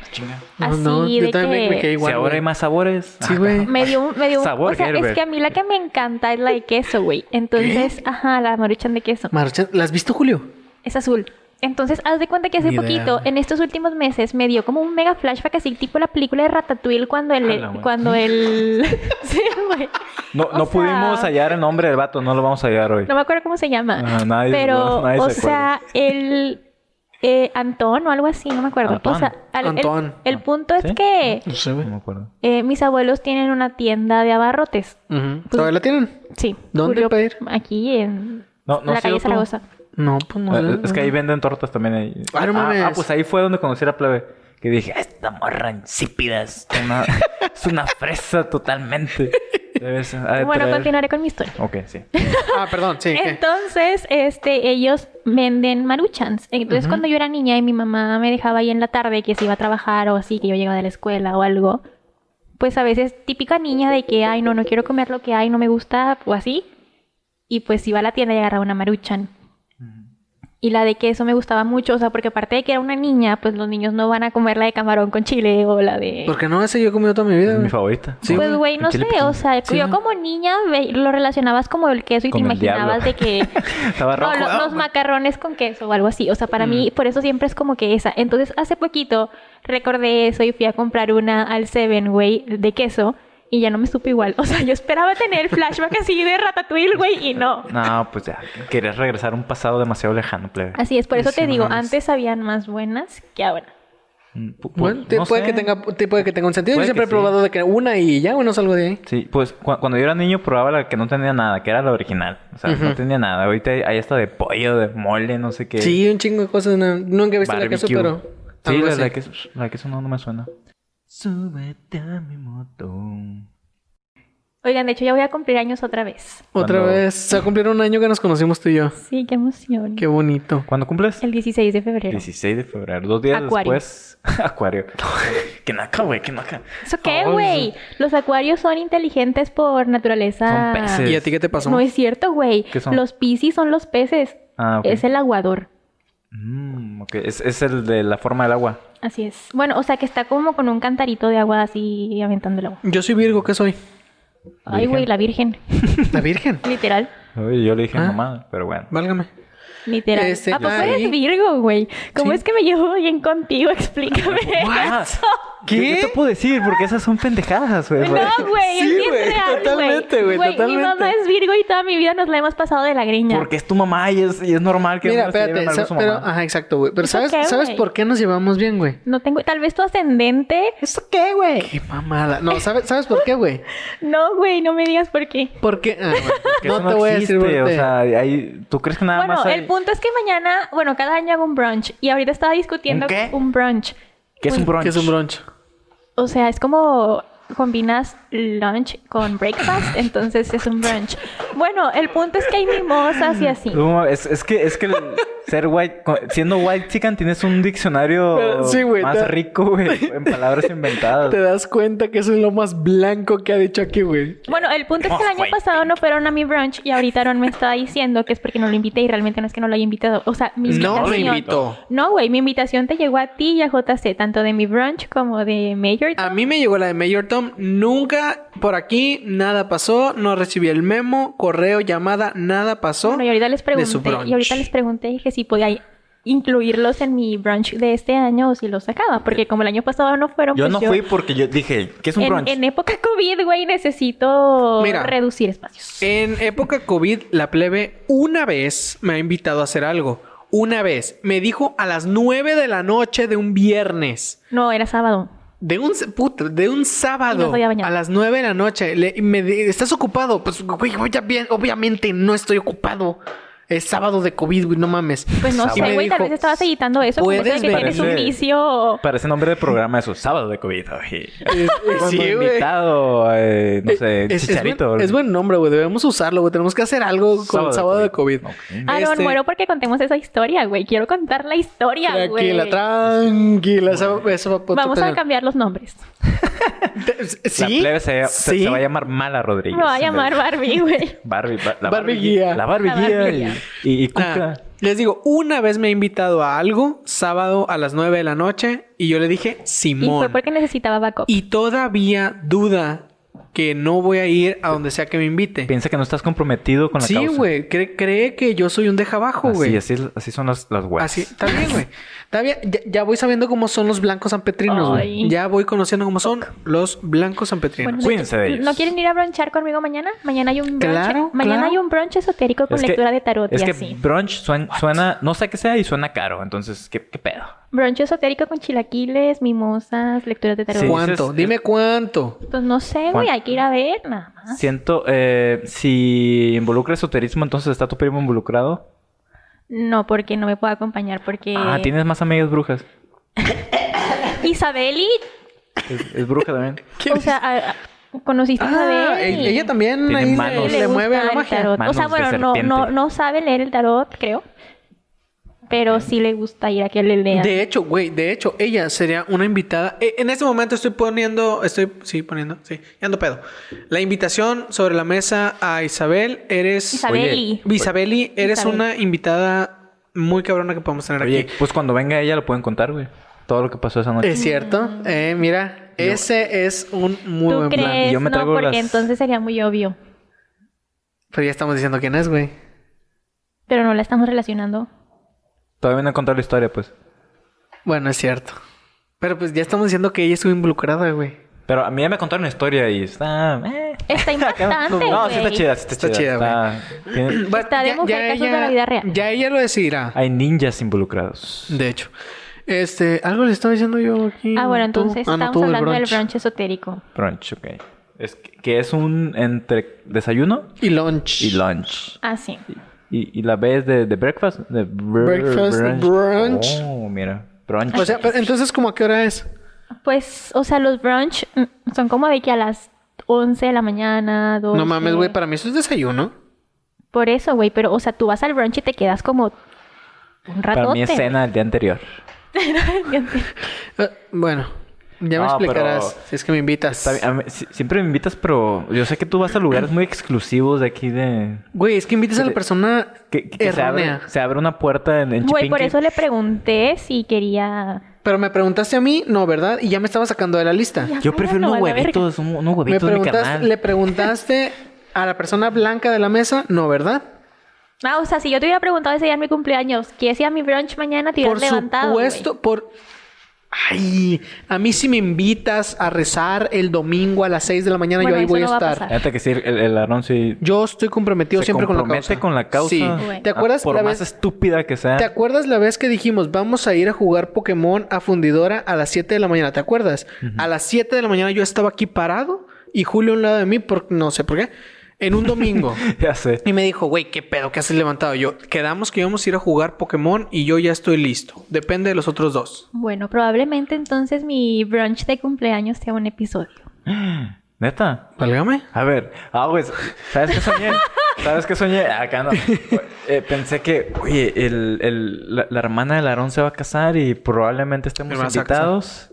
Así de yo también me- que- me quedé igual. si ahora güey. hay más sabores. Ah. Sí, güey. Me dio un. Me dio un Sabor o sea, Gerber. es que a mí la que me encanta es la de queso, güey. Entonces, ajá, la maruchan de queso. Maruchan, ¿las has visto, Julio? Es azul. Entonces, haz de cuenta que hace Ni idea, poquito, güey. en estos últimos meses, me dio como un mega flashback así, tipo la película de Ratatouille cuando el... Ala, güey. cuando *laughs* el... *laughs* sí, güey. No, O no sea- pudimos hallar el nombre del vato, no lo vamos a hallar hoy. No me acuerdo cómo se llama. Ajá, Ah, nadie- pero, nadie se o sea, el eh, Antón o algo así, no me acuerdo. Antón. O sea, al- el- Antón. El, punto es ¿Sí? que No sé, güey. No me acuerdo. eh, mis abuelos tienen una tienda de abarrotes. Ujú. ¿Todavía la tienen? Sí. ¿Dónde Julio- pedir? Aquí en No, no la has ido calle tú. Zaragoza. No, pues no. Ah, Es que ahí venden tortas también. Ahí. Ah, no mames. ah, pues ahí fue donde conocí a la plebe. Que *laughs* dije, esta morra insípida es una, es una fresa totalmente. Debe ser- ha de Bueno, traer- continuaré con mi historia. Ok, sí. Ah, perdón, sí. ¿qué? Entonces, este, ellos venden maruchans. Entonces, Ujú. cuando yo era niña y mi mamá me dejaba ahí en la tarde que se iba a trabajar o así, que yo llegaba de la escuela o algo, pues a veces típica niña de que, ay, no, no quiero comer lo que hay, no me gusta o así. Y pues iba a la tienda y agarraba una maruchan. Y la de queso me gustaba mucho, o sea, porque aparte de que era una niña, pues los niños no van a comer la de camarón con chile o la de... Porque no, ese yo he comido toda mi vida, Es mi güey. favorita. Sí, pues, güey, el no sé, chile o sea, Sí, yo güey. como niña ve- lo relacionabas como el queso y Con te el imaginabas diablo. de que Pues, Estaba no, rojo. ah, Mm. lo- los macarrones con queso o algo así. O sea, para mí, por eso siempre es como que esa. Entonces, hace poquito recordé eso y fui a comprar una al Seven, güey, de queso. Y ya no me supo igual. *laughs* O sea, yo esperaba tener el flashback así de Ratatouille, güey, y no. No, pues ya. Querías regresar a un pasado demasiado lejano, plebe. Así es, por eso Sí, te no digo, mames. antes sabían más buenas que ahora. Mm, pu- pu- Bueno, te- no puede, que sé. tenga, te- puede que tenga un sentido. Puede Yo siempre he que sí. probado de que una y ya, güey, no salgo de ahí. Sí, pues cu- cuando yo era niño probaba la que no tenía nada, que era la original. O sea, no Ujú. tenía nada. Ahorita hay hay hasta de pollo, de mole, no sé qué. Sí, un chingo de cosas. no- nunca he visto la queso, barbecue. pero. Sí, algo la, así. la queso, la queso no, no me suena. Súbete a mi moto. Oigan, de hecho, ya voy a cumplir años otra vez. Otra Cuando- vez. Se va a cumplir un año que nos conocimos tú y yo. Sí, qué emoción. Qué bonito. ¿Cuándo cumples? El 16 de febrero. 16 de febrero, dos días Acuario. después. *laughs* Acuario. que naca, güey, que naca. ¿Eso qué, Oh, güey? Los acuarios son inteligentes por naturaleza. Son peces. ¿Y a ti qué te pasó? No es cierto, güey. ¿Qué son? Los piscis son los peces. Ah, ok. Es el aguador. Mm, ok. Es, es el de la forma del agua. Así es. Bueno, o sea que está como con un cantarito de agua así aventando el agua. Yo soy Virgo, ¿qué *laughs* soy? Ay, Virgen. güey, la virgen. *laughs* La Virgen. Literal. Oye, yo le dije Ah. mamá, pero bueno. Válgame. Literal. Este, ¿A poco ah, sí. eres Virgo, güey? ¿Cómo Sí. es que me llevo bien contigo? *laughs* Explícame. Ah, ¿Qué? Yo, yo te puedo decir, porque esas son pendejadas, güey. No, Sí, güey, es bien güey, real, güey. totalmente, güey, Mi mamá totalmente. es Virgo y toda mi vida nos la hemos pasado de la griña. Porque es tu mamá y es, y es normal que Mira, uno se lleve espérate. mal con sa- su Pero, ah, mamá. ajá, exacto, güey. Pero ¿Eso ¿sabes, qué, ¿sabes güey? por qué nos llevamos bien, güey? No tengo, tal vez tu ascendente. ¿Eso qué, güey? Qué mamada. No, ¿sabes, ¿sabes por qué, güey? No, güey, no me digas por qué. Porque. Ah, güey, Que eso no te voy a decir, güey. existe, O sea, hay- ¿tú crees que nada Bueno, más hay... el punto es que mañana, bueno, cada año hago un brunch y ahorita estaba discutiendo ¿Un qué? brunch. ¿Qué es un brunch? ¿Qué es un broncho? O sea, es como combinas lunch con breakfast, entonces es un brunch. Bueno, el punto es que hay mimosas y así. No, es, es que, es que el ser white, co- siendo white chicken tienes un diccionario Pero, sí, güey, más te- *laughs* rico, güey, en palabras inventadas. Te das cuenta que eso es lo más blanco que ha dicho aquí, güey. Bueno, el punto es que el año pasado no fueron a mi brunch y ahorita Aaron me está diciendo que es porque no lo invité y realmente no es que no lo haya invitado. O sea, mi No lo invitación... invitó. No, güey, mi invitación te llegó a ti y a JC, tanto de mi brunch como de Mayor. A mí me llegó la de Mayor Tom. Nunca por aquí nada pasó. No recibí el memo, correo, llamada, nada pasó. Bueno, y ahorita les de su pregunté, y ahorita brunch. les pregunté que si podía incluirlos en mi brunch de este año o si los sacaba, porque como el año pasado no fueron, Yo pues no fui porque yo dije, ¿qué es un en, brunch? en época COVID, güey, necesito Mira. reducir espacios. En época COVID, la plebe una vez me ha invitado a hacer algo. Una vez. Me dijo a las 9 de la noche de un viernes. No, era sábado. De un, s- puta, de un Y sábado no sabía bañar. a las 9 de la noche. Le- y me di- ¿Estás ocupado? Pues, güey, obvia- obviamente no estoy ocupado. Es sábado de COVID, güey, no mames. Pues no Sábado. Y me sé, güey, tal dijo, vez estabas editando eso como eso de ¿puedes que tienes un venir? vicio. Parece nombre de programa eso, sábado de COVID, güey. *laughs* Como sí, güey. invitado, eh, no sé, Es- es buen- chicharito. Es, buen nombre, güey. Debemos usarlo, güey. Tenemos que hacer algo con sábado, de COVID. Ok. Aaron, Este- muero porque contemos esa historia, güey. Quiero contar la historia, güey. Tranquila, tranquila. Esa, esa va poder Vamos a tener. cambiar los nombres. Te- La ¿Sí? plebe se, se- ¿Sí? se va a llamar Mala Rodríguez. Me va a llamar Barbie, *laughs* güey. Barbie, ba- la Barbie Barbie Guía. La Barbie La Guía Barbie y, Guía. y- y Ah, Cuca. les digo, una vez me ha invitado a algo, sábado a las 9 de la noche, y yo le dije, Y fue Simón. porque necesitaba backup. Y todavía duda que no voy a ir a donde sea que me invite. Piensa que no estás comprometido con la Sí, causa. güey. Cree, cree que yo soy un deja abajo, Así, güey. así, así son las, las weas. Así, está bien, güey. Está bien. Ya, ya voy sabiendo cómo son los blancos sanpetrinos, güey. Ay. Ya voy conociendo cómo son los blancos sanpetrinos. Bueno, Cuídense de ellos. ¿No quieren ir a bronchar conmigo mañana? Mañana hay un brunch. Claro, mañana claro. hay un brunch esotérico con Es que- lectura de tarot Es y que así. brunch suen- suena, no sé qué sea y suena caro. Entonces, ¿qué, qué pedo? Brunch esotérico con chilaquiles, mimosas, lectura de tarot. Sí. ¿Cuánto? dices- Dime cuánto. Pues no sé, güey, Juan- hay que ir a ver nada más. Siento, eh, si involucra esoterismo, entonces está tu primo involucrado. No, porque no me puedo acompañar porque Ah, tienes más amigas brujas. Isabeli, Es, es bruja también. *laughs* o sea, a- a- conociste Ah, a Bel. e- ella también Tiene ahí se- manos. le, le gusta mueve a la el magia. tarot. o sea, Manos de bueno, no, no, serpiente. no sabe leer el tarot, creo. Pero sí le gusta ir a que le lean. De hecho, güey, de hecho, ella sería una invitada. Eh, en este momento estoy poniendo, estoy, sí, poniendo, sí, ya ando pedo. La invitación sobre la mesa a Isabel, eres... Isabel. Isabeli. Isabeli, eres Isabel. una invitada muy cabrona que podemos tener Oye, aquí. pues cuando venga ella lo pueden contar, güey. Todo lo que pasó esa noche. Es cierto, eh, mira, ese es un muy Mm. ¿Tú buen plan. crees? Y yo me no, traigo porque las- entonces sería muy obvio. Pero ya estamos diciendo quién es, güey. Pero no la estamos relacionando. Todavía no he contado la historia, pues. Bueno, es cierto. Pero pues ya estamos diciendo que ella estuvo involucrada, güey. Pero a mí ya me contaron una historia y está... eh. *laughs* Está impactante, güey. No, sí está chida, sí está, Está chida. chida, Está- tiene- But Está de mujer, casos de la vida real. Ya ella lo decidirá. Hay ninjas involucrados. De hecho. Este, algo le estaba diciendo yo aquí. Ah, bueno, ¿Tú? entonces Ah, no, estamos tú, el hablando del brunch. brunch esotérico. Brunch, ok. Es que, que es un entre desayuno Y lunch. y lunch. Ah, sí. ¿Y, y la B es de, de breakfast? De br- Breakfast, brunch. Oh, mira. Brunch. O sea, pero entonces, ¿cómo a qué hora es? Pues, o sea, los brunch mm, son como de que a las 11 de la mañana, 12. No mames, güey, para mí eso es desayuno. Por eso, güey, pero, o sea, tú vas al brunch y te quedas como un ratote. Para mí es *laughs* cena del día anterior. Eh, bueno, ya me No, pero- explicarás si es que me invitas. Está bien, a mí- si- siempre me invitas, pero yo sé que tú vas a lugares muy exclusivos de aquí de... Güey, es que invitas a la persona Que, que- que se, errónea. abre, se abre una puerta en, en Güey, por Chipinque. eso le pregunté si quería... Pero me preguntaste a mí, no, ¿verdad? Y ya me estaba sacando de la lista. Ya, Yo prefiero cállalo, unos a la verga. huevitos, un- unos Me huevitos de mi preguntas, carnal. le preguntaste a la persona blanca de la mesa, no, ¿verdad? Ah, o sea, si yo te hubiera preguntado ese día en mi cumpleaños, ¿qué hacía mi brunch mañana? Te Por hubieras levantado, güey. supuesto, por. Ay, a mí si me invitas a rezar el domingo a las 6 de la mañana, Bueno, yo ahí eso voy a no va a estar. pasar. Fíjate que sí, el, el Aarón sí... Yo estoy comprometido se siempre con la compromete causa. con la causa. Sí. Güey. ¿Te Ah, acuerdas Por la más vez? estúpida que sea. *laughs* ¿Te acuerdas la vez que dijimos, vamos a ir a jugar Pokémon a fundidora a las 7 de la mañana? ¿Te acuerdas? A las 7 de la mañana yo estaba aquí parado y Julio a un lado de mí, por, no sé por qué, en un *laughs* domingo. ya sé. Y me dijo, güey, qué pedo, ¿qué has levantado? Yo, quedamos que íbamos a ir a jugar Pokémon y yo ya estoy listo. Depende de los otros dos. Bueno, probablemente entonces mi brunch de cumpleaños sea un episodio. ¿Neta? Válgame. A ver. Ah, pues, ¿sabes qué soñé? *laughs* ¿Sabes qué soñé? Acá no. Eh, pensé que, oye, el, el- la, la hermana del Aarón se va a casar y probablemente estemos Hermana se va a invitados.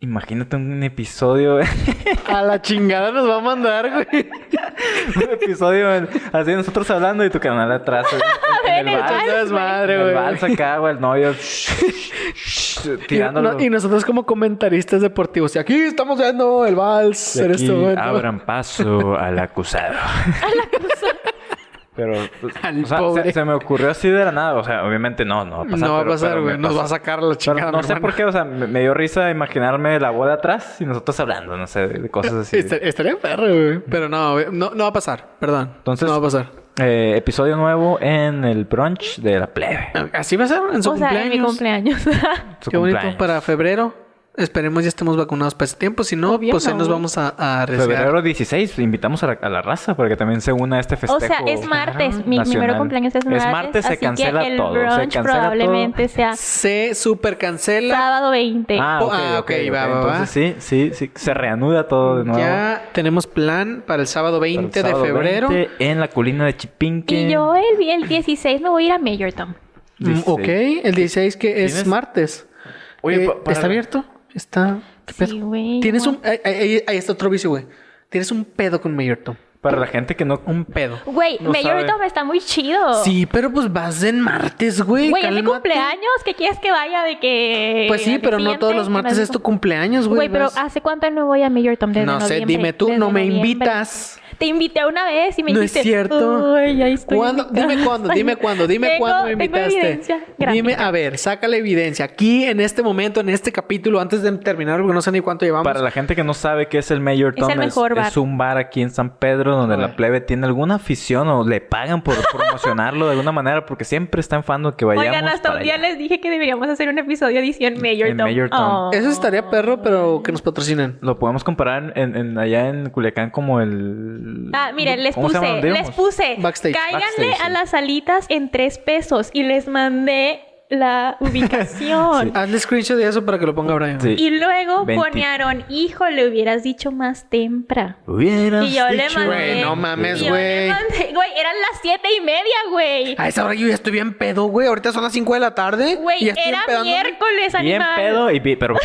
Imagínate un episodio, un *laughs* A la chingada nos va a mandar, güey. episodio en- así nosotros hablando y tu canal atrás. en- En, *laughs* el Echando vals. desmadre, En el güey. vals acá, güey, el novio Y, *laughs* tirándolo. no- y nosotros como comentaristas deportivos, y aquí estamos viendo el vals De en este aquí momento. abran paso *laughs* al acusado. Pero, pues, Al o sea, pobre. se, se me ocurrió así de la nada. O sea, obviamente no, no va a pasar. no va a pero- pasar, pero me güey. Nos pasó. va a sacar a la Pero chingada. no mi sé hermano. por qué, o sea, me, me dio risa imaginarme la boda atrás y nosotros hablando, no sé, de cosas así. Estar- estaría perro, güey. Pero no, güey, no, no va a pasar. Perdón. Entonces- no va a pasar. Eh, episodio nuevo en el brunch de la plebe. Así va a ser en su o sea, cumpleaños. en mi cumpleaños. *laughs* Su Ah, Qué bonito cumpleaños. para febrero. Esperemos ya estemos vacunados para ese tiempo. Si no, Obvio, pues ahí no. nos vamos a, a arriesgar. Febrero 16, invitamos a la, a la raza para que también se una a este festejo. o sea, es martes. Mi, mi nacional. mero cumpleaños es martes. Es martes, se así cancela que el todo. se brunch cancela *laughs* probablemente sea Se super cancela. sábado 20. Ah, Po- ok, ah, ok, ok, va, ok. va, va. Entonces sí, sí, sí, se reanuda todo de nuevo. Ya tenemos plan para el sábado 20 El sábado de febrero. 20 en la colina de Chipinque. y yo el, el 16 me voy a ir a Mayortown. Mm, Dice- Ok, el 16 que es ¿Tienes? martes. Oye, Eh, pa- para- ¿Está abierto? Está. ¿Qué Sí, pedo? güey, Tienes guau. un. Ahí, ahí- ahí está otro vicio, güey. Tienes un pedo con Mayorton. Para la gente que no. Un pedo. Güey, No Mayortown sabe. está muy chido. Sí, pero pues vas en martes, güey. Oh. Güey, es mi cálmate. cumpleaños. ¿Qué quieres que vaya de que.? Pues sí, al día pero no todos siguiente? los martes es tu cumpleaños, güey. Güey, pero vas- ¿hace cuánto no voy a Mayortown? Desde No sé, noviembre, dime tú, desde no me noviembre. invitas. Te invité una vez y me No es dijiste. cierto. "Ay, ahí estoy en ¿Cuándo? mi Dime casa". cuándo, dime cuándo, dime *laughs* Tengo- cuándo me tengo invitaste. evidencia Dime, gráfica. a ver, saca la evidencia. Aquí, en este momento, en este capítulo, antes de terminar, porque no sé ni cuánto llevamos. Para la gente que no sabe qué es el Mayor Es Tom, el mejor bar. es un bar aquí en San Pedro donde Joder. la plebe tiene alguna afición o le *laughs* pagan por promocionarlo de alguna manera porque siempre están fando que vayamos. Oigan, hasta para un día allá. les dije que deberíamos hacer un episodio edición Mayortown. Mayortown. Oh. Eso estaría perro, pero que nos patrocinen. Lo podemos comparar en, en- allá en Culiacán como el. Ah, miren, les ¿Cómo se puse, llama? ¿Dónde les íbamos? puse. Backstage. Cáiganle Backstage, a sí. las alitas en tres pesos y les mandé *laughs* la Ah, ubicación. Hazle screenshot de eso para que lo ponga Brian. Sí. Y luego 20. ponearon, hijo, le hubieras dicho más temprano. Hubieras Y yo le dicho- mandé- Güey, no mames, Y yo le güey. mandé- Güey, eran las siete y media, güey. A esa hora yo ya estoy bien pedo, güey. Ahorita son las 5 de la tarde. y Güey, ya estoy era empedándome. miércoles, Bien animal. pedo y... vi- Pero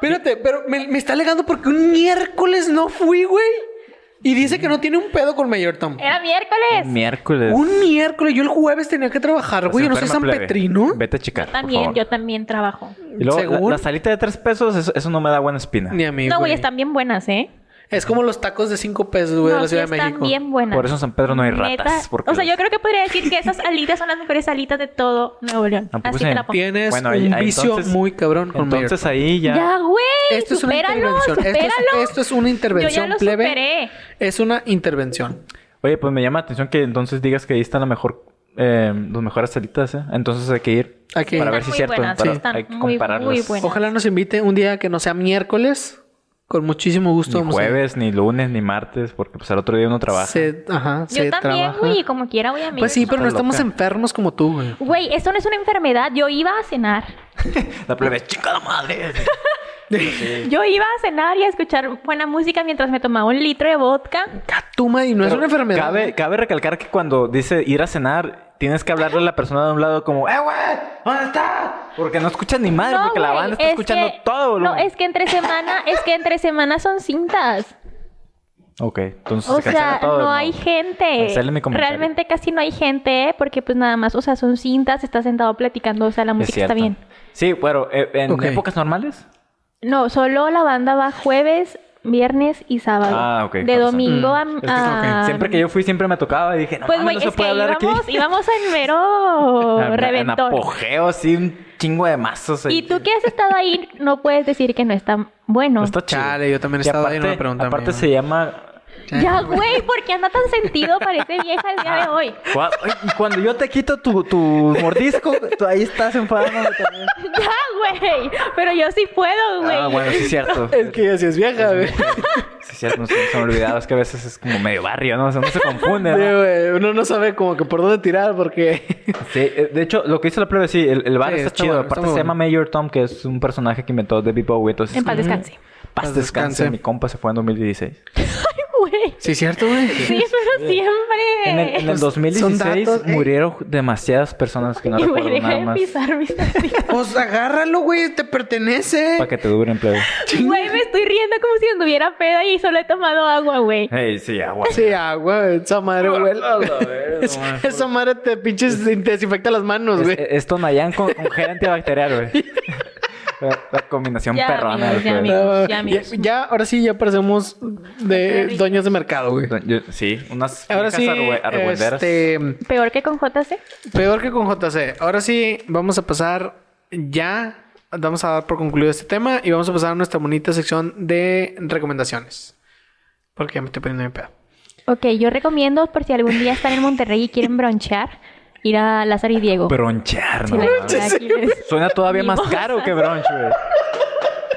Espérate, pero me, me está alegando porque un miércoles no fui, güey. Y dice que no tiene un pedo con Mayor Tom. Era miércoles. miércoles. Un miércoles, yo el jueves tenía que trabajar, güey. Yo no soy Enferma, San plebe. Petrino. Vete a checar, por también, favor. yo también trabajo. Y luego, la- ¿Según? la, salita de tres pesos, eso, eso no me da buena espina. Ni a mí, no, güey, están bien buenas, ¿eh? Es como los tacos de 5 pesos, güey, de No, la sí Ciudad de están México. bien buenas. Por eso en San Pedro no hay Neta. ratas. porque O sea, los- yo creo que podría decir que esas alitas son las mejores alitas de todo Nuevo León. Tampoco Así se te la pongo. Tienes Bueno, ahí- un ahí vicio entonces- muy cabrón con Mayor Entonces ahí ya... Ya, güey. Esto es una supéralo, intervención. Esto es- supéralo. esto es una intervención, Yo ya lo plebe. superé. Tom. Es una intervención. Oye, pues me llama la atención que entonces digas que ahí están la mejor, eh, las mejores salitas, ¿eh? Entonces hay que ir Hay que ir. para Están ver si muy es cierto. buenas, para- sí. Están hay que muy, compararlas. muy buenas. Ojalá nos invite un día que no sea miércoles. Con muchísimo gusto. Ni vamos a ir. jueves, ni lunes, ni martes, porque pues al otro día uno trabaja. Se, ajá, Yo se también, trabaja. güey, como quiera voy a mí. Pues sí, pero no Está estamos loca. enfermos como tú, güey. Güey, esto no es una enfermedad. Yo iba a cenar. La plebe, chica la madre. Yo iba a cenar y a escuchar buena música mientras me tomaba un litro de vodka. Catuma, y no es Pero una enfermedad. Cabe, cabe recalcar que cuando dice ir a cenar, tienes que hablarle a la persona de un lado como, ¡eh, güey! ¿Dónde está? Porque no escuchas ni madre, porque la güey, banda está es escuchando que- todo, No, boludo. es que entre semana, es que entre semana son cintas. Ok, entonces O Pues, se cancela sea, todo. no ¿no? hay gente. Cancele mi comentario. Realmente casi no hay gente, porque pues nada más, o sea, son cintas, está sentado platicando, o sea, la Es música está cierto. bien. Sí, pero eh, en Ok. épocas normales. No, solo la banda va jueves, viernes y sábado. Ah, ok, De con domingo a... razón. Es que es lo a- Siempre que yo fui, siempre me tocaba y dije, no, Ah, Pues mames, güey, no se es que puede hablar íbamos, aquí. *laughs* íbamos en mero En- En reventón. apogeo, así, un chingo de mazos. ahí. Y tú que has estado ahí, no puedes decir que no está bueno. No está chido. Chale, yo también Y estaba ahí, no me aparte- preguntan a mí, Aparte ¿no? se llama... Ya, güey, ¿por qué anda tan sentido? Parece vieja el día de hoy. Cua- Ay, Y cuando yo te quito tu, tu mordisco, *laughs* tú ahí estás enfadándome también. Ya, Ah, güey. Pero yo sí puedo, güey. Ah, bueno, sí es cierto. *laughs* Es que así es vieja, güey. Sí es cierto, no se, se me olvidaba. Es que a veces es como medio barrio, ¿no? O sea, no se confunde, Sí, ¿no? güey, Uno no sabe como que por dónde tirar *laughs* porque... Sí, eh, de hecho, lo que hizo la prueba, sí, el, el bar Sí, está, está chido. bueno, Aparte está muy se llama bueno. Mayor Tom, que es un personaje que inventó David Bowie. Entonces, En paz como, "Mm, descanse. *laughs* Eh. Paz descanse. Mi compa se fue en 2016. Güey. Sí, cierto, güey. Sí, pero siempre. En el, en el Pues, son 2016 datos, eh. murieron demasiadas personas que no Y güey, recuerdo deja nada de más. pisar *laughs* mis zapatillas. *laughs* Pues agárralo, güey. Te pertenece. Para que te duren, plebe. Güey, me estoy riendo como si anduviera peda y solo he tomado agua, güey. Hey, sí, agua. Sí, agua, güey, esa madre huele. *laughs* Es- *laughs* Esa madre te pinches desinfecta las manos, Es, güey. es Tonayán con, con gel antibacterial, *laughs* güey. la, la combinación Ya, perrona. amigos, ya, güey. amigos. No, ya, ya, amigos. ya, ahora sí, ya parecemos de rico. dueños de mercado, güey. Yo- sí, unas Ahora viejas sí, argüe- argüenderas. este, Peor que con JC. peor que con JC. Ahora sí, vamos a pasar ya, vamos a dar por concluido este tema y vamos a pasar a nuestra bonita sección de recomendaciones. Porque ya me estoy poniendo mi pedo. Ok, yo recomiendo por si algún día están en Monterrey y quieren bronchear, ir a Lázaro y Diego. Bronchear, Si no la- mames. la quieres. Suena todavía más Mimosa. caro que brunch, güey.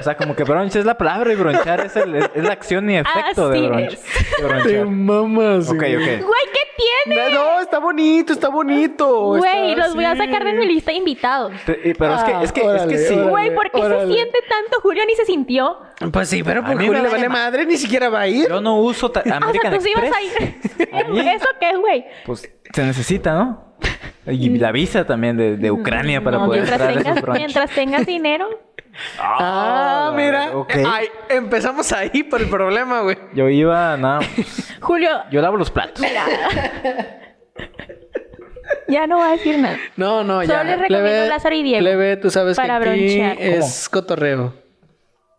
O sea, como que brunch es la palabra y bronchar es, el- es- es la acción Ah, y efecto Así de brunch. es. de bronchear. mamas. Ok, güey. ok. Güey, ¿qué tiene? No, está bonito, está bonito. Güey, está los voy a así. sacar de mi lista de invitados. Te- y- Pero es que, es que, es Ah, Órale, que sí. órale. Güey, ¿por qué se órale. siente tanto Julio ni se sintió? Ah, Pues sí, pero A por mí me Julio le vale vale ma- madre, ni siquiera va a ir. Yo no uso ta- Ah, O sea, American tú sí ibas Express. a *laughs* A mí- ir. ¿Eso qué, güey? Pues se necesita, ¿no? Y la visa también de, de Ucrania para No, poder mientras entrar a esos tengas, brunch. mientras tengas dinero. Ah, mira. ok. Ay, empezamos ahí por el problema, güey. Yo iba, nada, Julio, yo lavo los platos. ya no va a decir nada. No, no, Solo ya. les recomiendo Lázaro y Diego Plebe, tú sabes para que aquí bronchear. es cotorreo.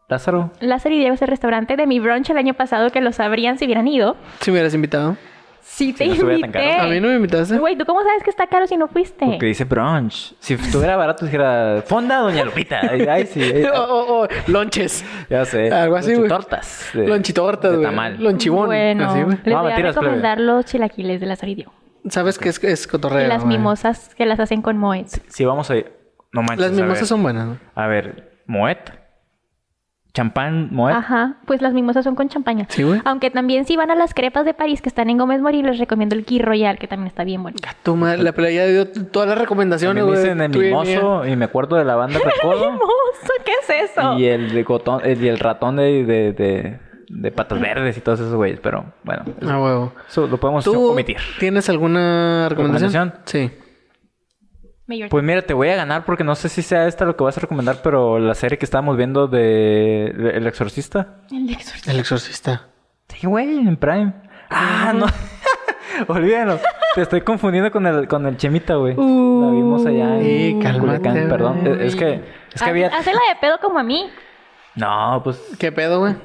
Lázaro. Lázaro y Diego es el restaurante de mi brunch el año pasado que lo sabrían si hubieran ido. Si me hubieras invitado. Sí, te no estuviera tan invité. caro. A mí no me invitaste. Güey, ¿tú cómo sabes que está caro si no fuiste? Porque dice brunch. Si estuviera barato, dijera fonda Doña Lupita. Ay, ay, sí. *laughs* ay, Oh, oh, oh, lonches. ya sé. Algo así, güey. Tortas. Lonchitortas, de güey. tamal. Lonchibón. Bueno, así, güey. les No, voy a mentiras, plebe. recomendar los chilaquiles de Lázaro y Diego. Sabes que es, es cotorreo. y las güey. mimosas que las hacen con Moet. Sí, vamos a ir. No manches. Las a ver. mimosas son buenas. ¿no? A ver, Moet. champán, Ah. moed. Ajá, pues las mimosas son con champaña. Sí, güey. Aunque también si van a las crepas de París que están en Gómez Morín, les recomiendo el Key Royal, que también está bien bueno. Gato, madre, la playa dio t- todas las recomendaciones, También güey. dicen el Tú y mía. mimoso y me acuerdo de *laughs* la banda Recodo. ¡Hermoso! ¿Qué es eso? Y eh, el de cotón, el, y el ratón de, de, de, de patas verdes y todos esos güeyes, pero bueno, eso, Ah, huevo. eso lo podemos ¿Tú omitir. tienes alguna recomendación? Sí. Mayor- Pues mira, te voy a ganar porque no sé si sea esta lo que vas a recomendar, pero la serie que estábamos viendo de El Exorcista. El exorcista. El exorcista. Sí, güey, en Prime. Ah, no. *laughs* Olvídalo. Te estoy confundiendo con el, con el Chemita, güey. la vimos allá Sí, en cálmate, Culiacán, perdón. güey. Es es que, es que había... Haz- Hazla de pedo como a mí. No, pues... ¿Qué pedo, güey?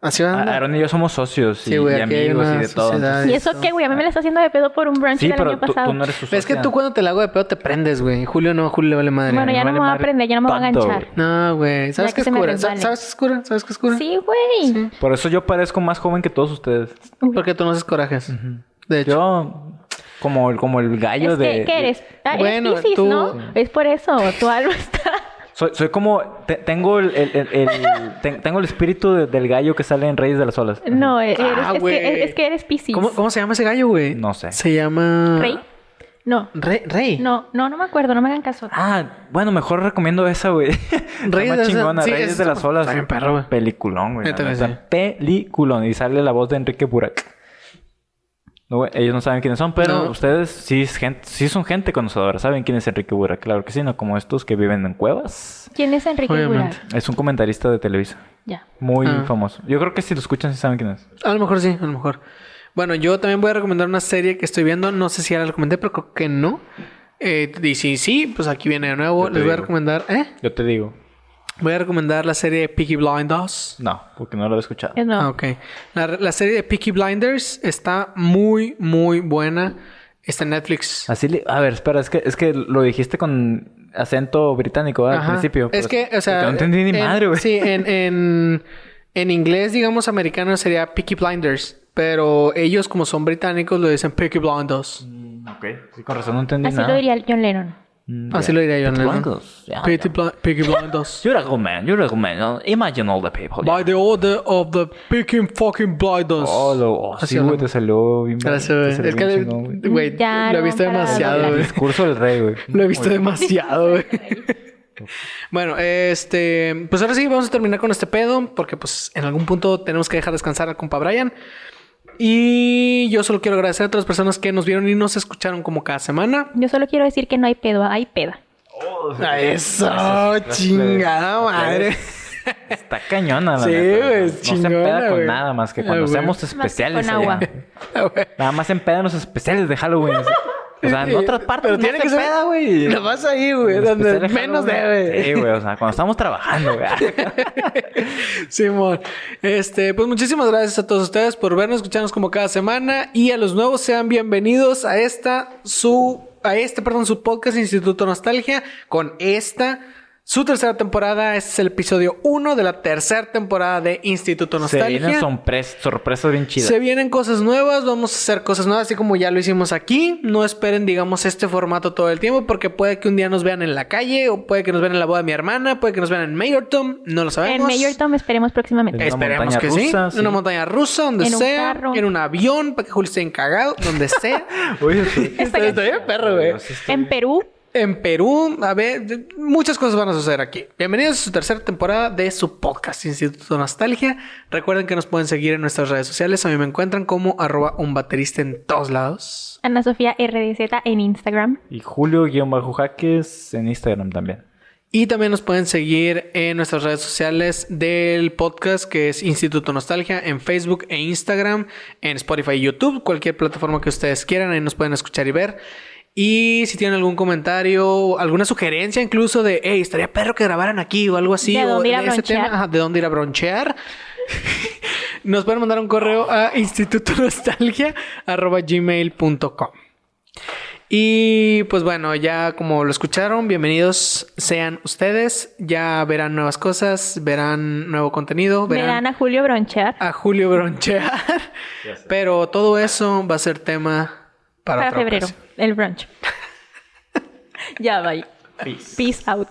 Así va. A- Ah, Aaron y yo somos socios y, Ah. Sí, güey, y aquí hay amigos y una de todo. sociedad. ¿Y eso qué, güey? A mí me la está haciendo de pedo por un brunch Ah, Sí, del pero año tú, tú pasado. no eres su es que socia. tú cuando te la hago de pedo te prendes, güey. Julio no, Julio le vale madre. Bueno, ya no me me voy vale a madre aprender, ya no me voy a tanto, enganchar. No, güey. Ya ¿Sabes que qué es se me cura? Sa- resbale. ¿Sabes qué es cura? ¿Sabes qué es cura? Sí, güey. Sí. Por eso yo parezco más joven que todos ustedes. Porque tú no haces corajes. De hecho. Yo, como el, como el gallo Es de... que, ¿qué eres? Ah, eres Bueno, Piscis, tú- ¿no? Es por eso, tu alma está... *laughs* Soy, soy como... te- tengo el, el- el- el- ten- tengo el espíritu de- del gallo que sale en Reyes de las Olas. No, eres, Ah, es, güey. que, es que eres Piscis. ¿Cómo, ¿Cómo se llama ese gallo, güey? No sé. Se llama. ¿Rey? No, Rey. Rey. no, no, no me acuerdo, no me hagan caso. Ah, bueno, mejor recomiendo esa, güey. Está Reyes más de- *laughs* chingona. sí, Reyes esa de las está- Olas. está bien perro, güey. Peliculón, güey. la Neta que neta. sí. Peliculón. Y sale la voz de Enrique Burak. No, güey, ellos no saben quiénes son, pero No. ustedes sí, es gente, sí son gente conocedora. ¿Saben quién es Enrique Burak? Claro que sí, no como estos que viven en cuevas. ¿Quién es Enrique Obviamente. Burak? Es un comentarista de Televisa. Ya. Muy Ah. famoso. Yo creo que si lo escuchan sí saben quién es. A lo mejor sí, a lo mejor. Bueno, yo también voy a recomendar una serie que estoy viendo. No sé si ya la recomendé, pero creo que no. Eh, y si sí, pues aquí viene de nuevo. Yo te Les voy a digo. recomendar. ¿Eh? Yo te digo. Voy a recomendar la serie Peaky Blinders. No, porque no lo he escuchado. Es no. Ah, ok. La, la serie de Peaky Blinders está muy, muy buena. Está en Netflix. Así le... A ver, espera, es que, es que lo dijiste con acento británico ¿verdad? Ajá. al principio. Es pues, que, o sea. No entendí ni en- madre, güey. Sí, en, en, en inglés, digamos, americano sería Peaky Blinders. Pero ellos, como son británicos, lo dicen Peaky Blinders. Ok, sí, con razón no entendí Así nada. lo diría John Lennon. Mm, Así lo diría yo, Peaky ¿no? Blinders, yeah, Peaky, yeah. Bli- Peaky Blinders. *laughs* You're a good man, you're a good man. Uh, Imagine all the people. By the order of the Peaky fucking Blinders. Oh, lo... oh, Así sí, güey, hablamos. te salió bien. Gracias, te güey. salió Es que, bien chingón, güey. güey, Ya, lo he no, visto para la demasiado, verdad. güey. Discurso del rey, güey. Lo he visto demasiado, güey. bueno, este. Pues ahora sí, vamos a terminar con este pedo, porque pues en algún punto tenemos que dejar descansar al compa Brian. Y yo solo quiero agradecer a todas las personas que nos vieron y nos escucharon como cada semana. Ah, Yo solo quiero decir que no hay pedo, hay peda. Pues, Eso, chingada madre. Está cañona, la Sí, neta, güey, No se chingona, empeda güey. con nada más que cuando Ah, güey. hacemos Más que especiales. con allá. agua. Nada más se empedan los especiales de Halloween. O *laughs* sea, en otras partes no se empeda, güey. Lo vas ahí, güey. Los Donde especiales de menos Halloween. debe. Sí, güey. O sea, cuando estamos *laughs* trabajando, güey. Simón, este, pues muchísimas gracias a todos ustedes por vernos, escucharnos como cada semana y a los nuevos sean bienvenidos a esta su a este, perdón, su podcast Instituto Nostalgia con esta su tercera temporada, este es el episodio 1 de la tercera temporada de Instituto Se vienen Nostalgia. sorpres- sorpresas bien chidas. Se vienen cosas nuevas, vamos a hacer cosas nuevas, así como ya lo hicimos aquí. No esperen, digamos, este formato todo el tiempo, porque puede que un día nos vean en la calle, o puede que nos vean en la boda de mi hermana, puede que nos vean en Mayorton, no lo sabemos. En Mayor Tom esperemos próximamente. Es- una Esperemos montaña que rusa, sí. sí. En una montaña rusa, donde En un sea. carro. En un avión, para que Julio esté encagado, donde *laughs* sea. *laughs* Oye, sí. Está está bien, perro, güey. Yo sí estoy- En Perú, En Perú, a ver, de- muchas cosas van a suceder aquí. Bienvenidos a su tercera temporada de su podcast, Instituto Nostalgia. Recuerden que nos pueden seguir en nuestras redes sociales. A mí me encuentran como arroba un baterista en todos lados. Ana Sofía RDZ en Instagram. Y Julio-Jaques en Instagram también. Y también nos pueden seguir en nuestras redes sociales del podcast, que es Instituto Nostalgia, en Facebook e Instagram, en Spotify y YouTube, cualquier plataforma que ustedes quieran, ahí nos pueden escuchar y ver. Y si tienen algún comentario, alguna sugerencia incluso de, hey, estaría perro que grabaran aquí o algo así, ¿De o dónde ir a de ese bronchear? tema, ajá, de dónde ir a bronchear, nos pueden mandar un correo a institutonostalgia.gmail.com. Y pues bueno, ya como lo escucharon, bienvenidos sean ustedes. Ya verán nuevas cosas, verán nuevo contenido, verán, Verán a Julio Bronchear. a Julio bronchear. Pero todo eso va a ser tema para, Para otra *laughs* febrero, ocasión. el brunch. ya, bye. Peace out.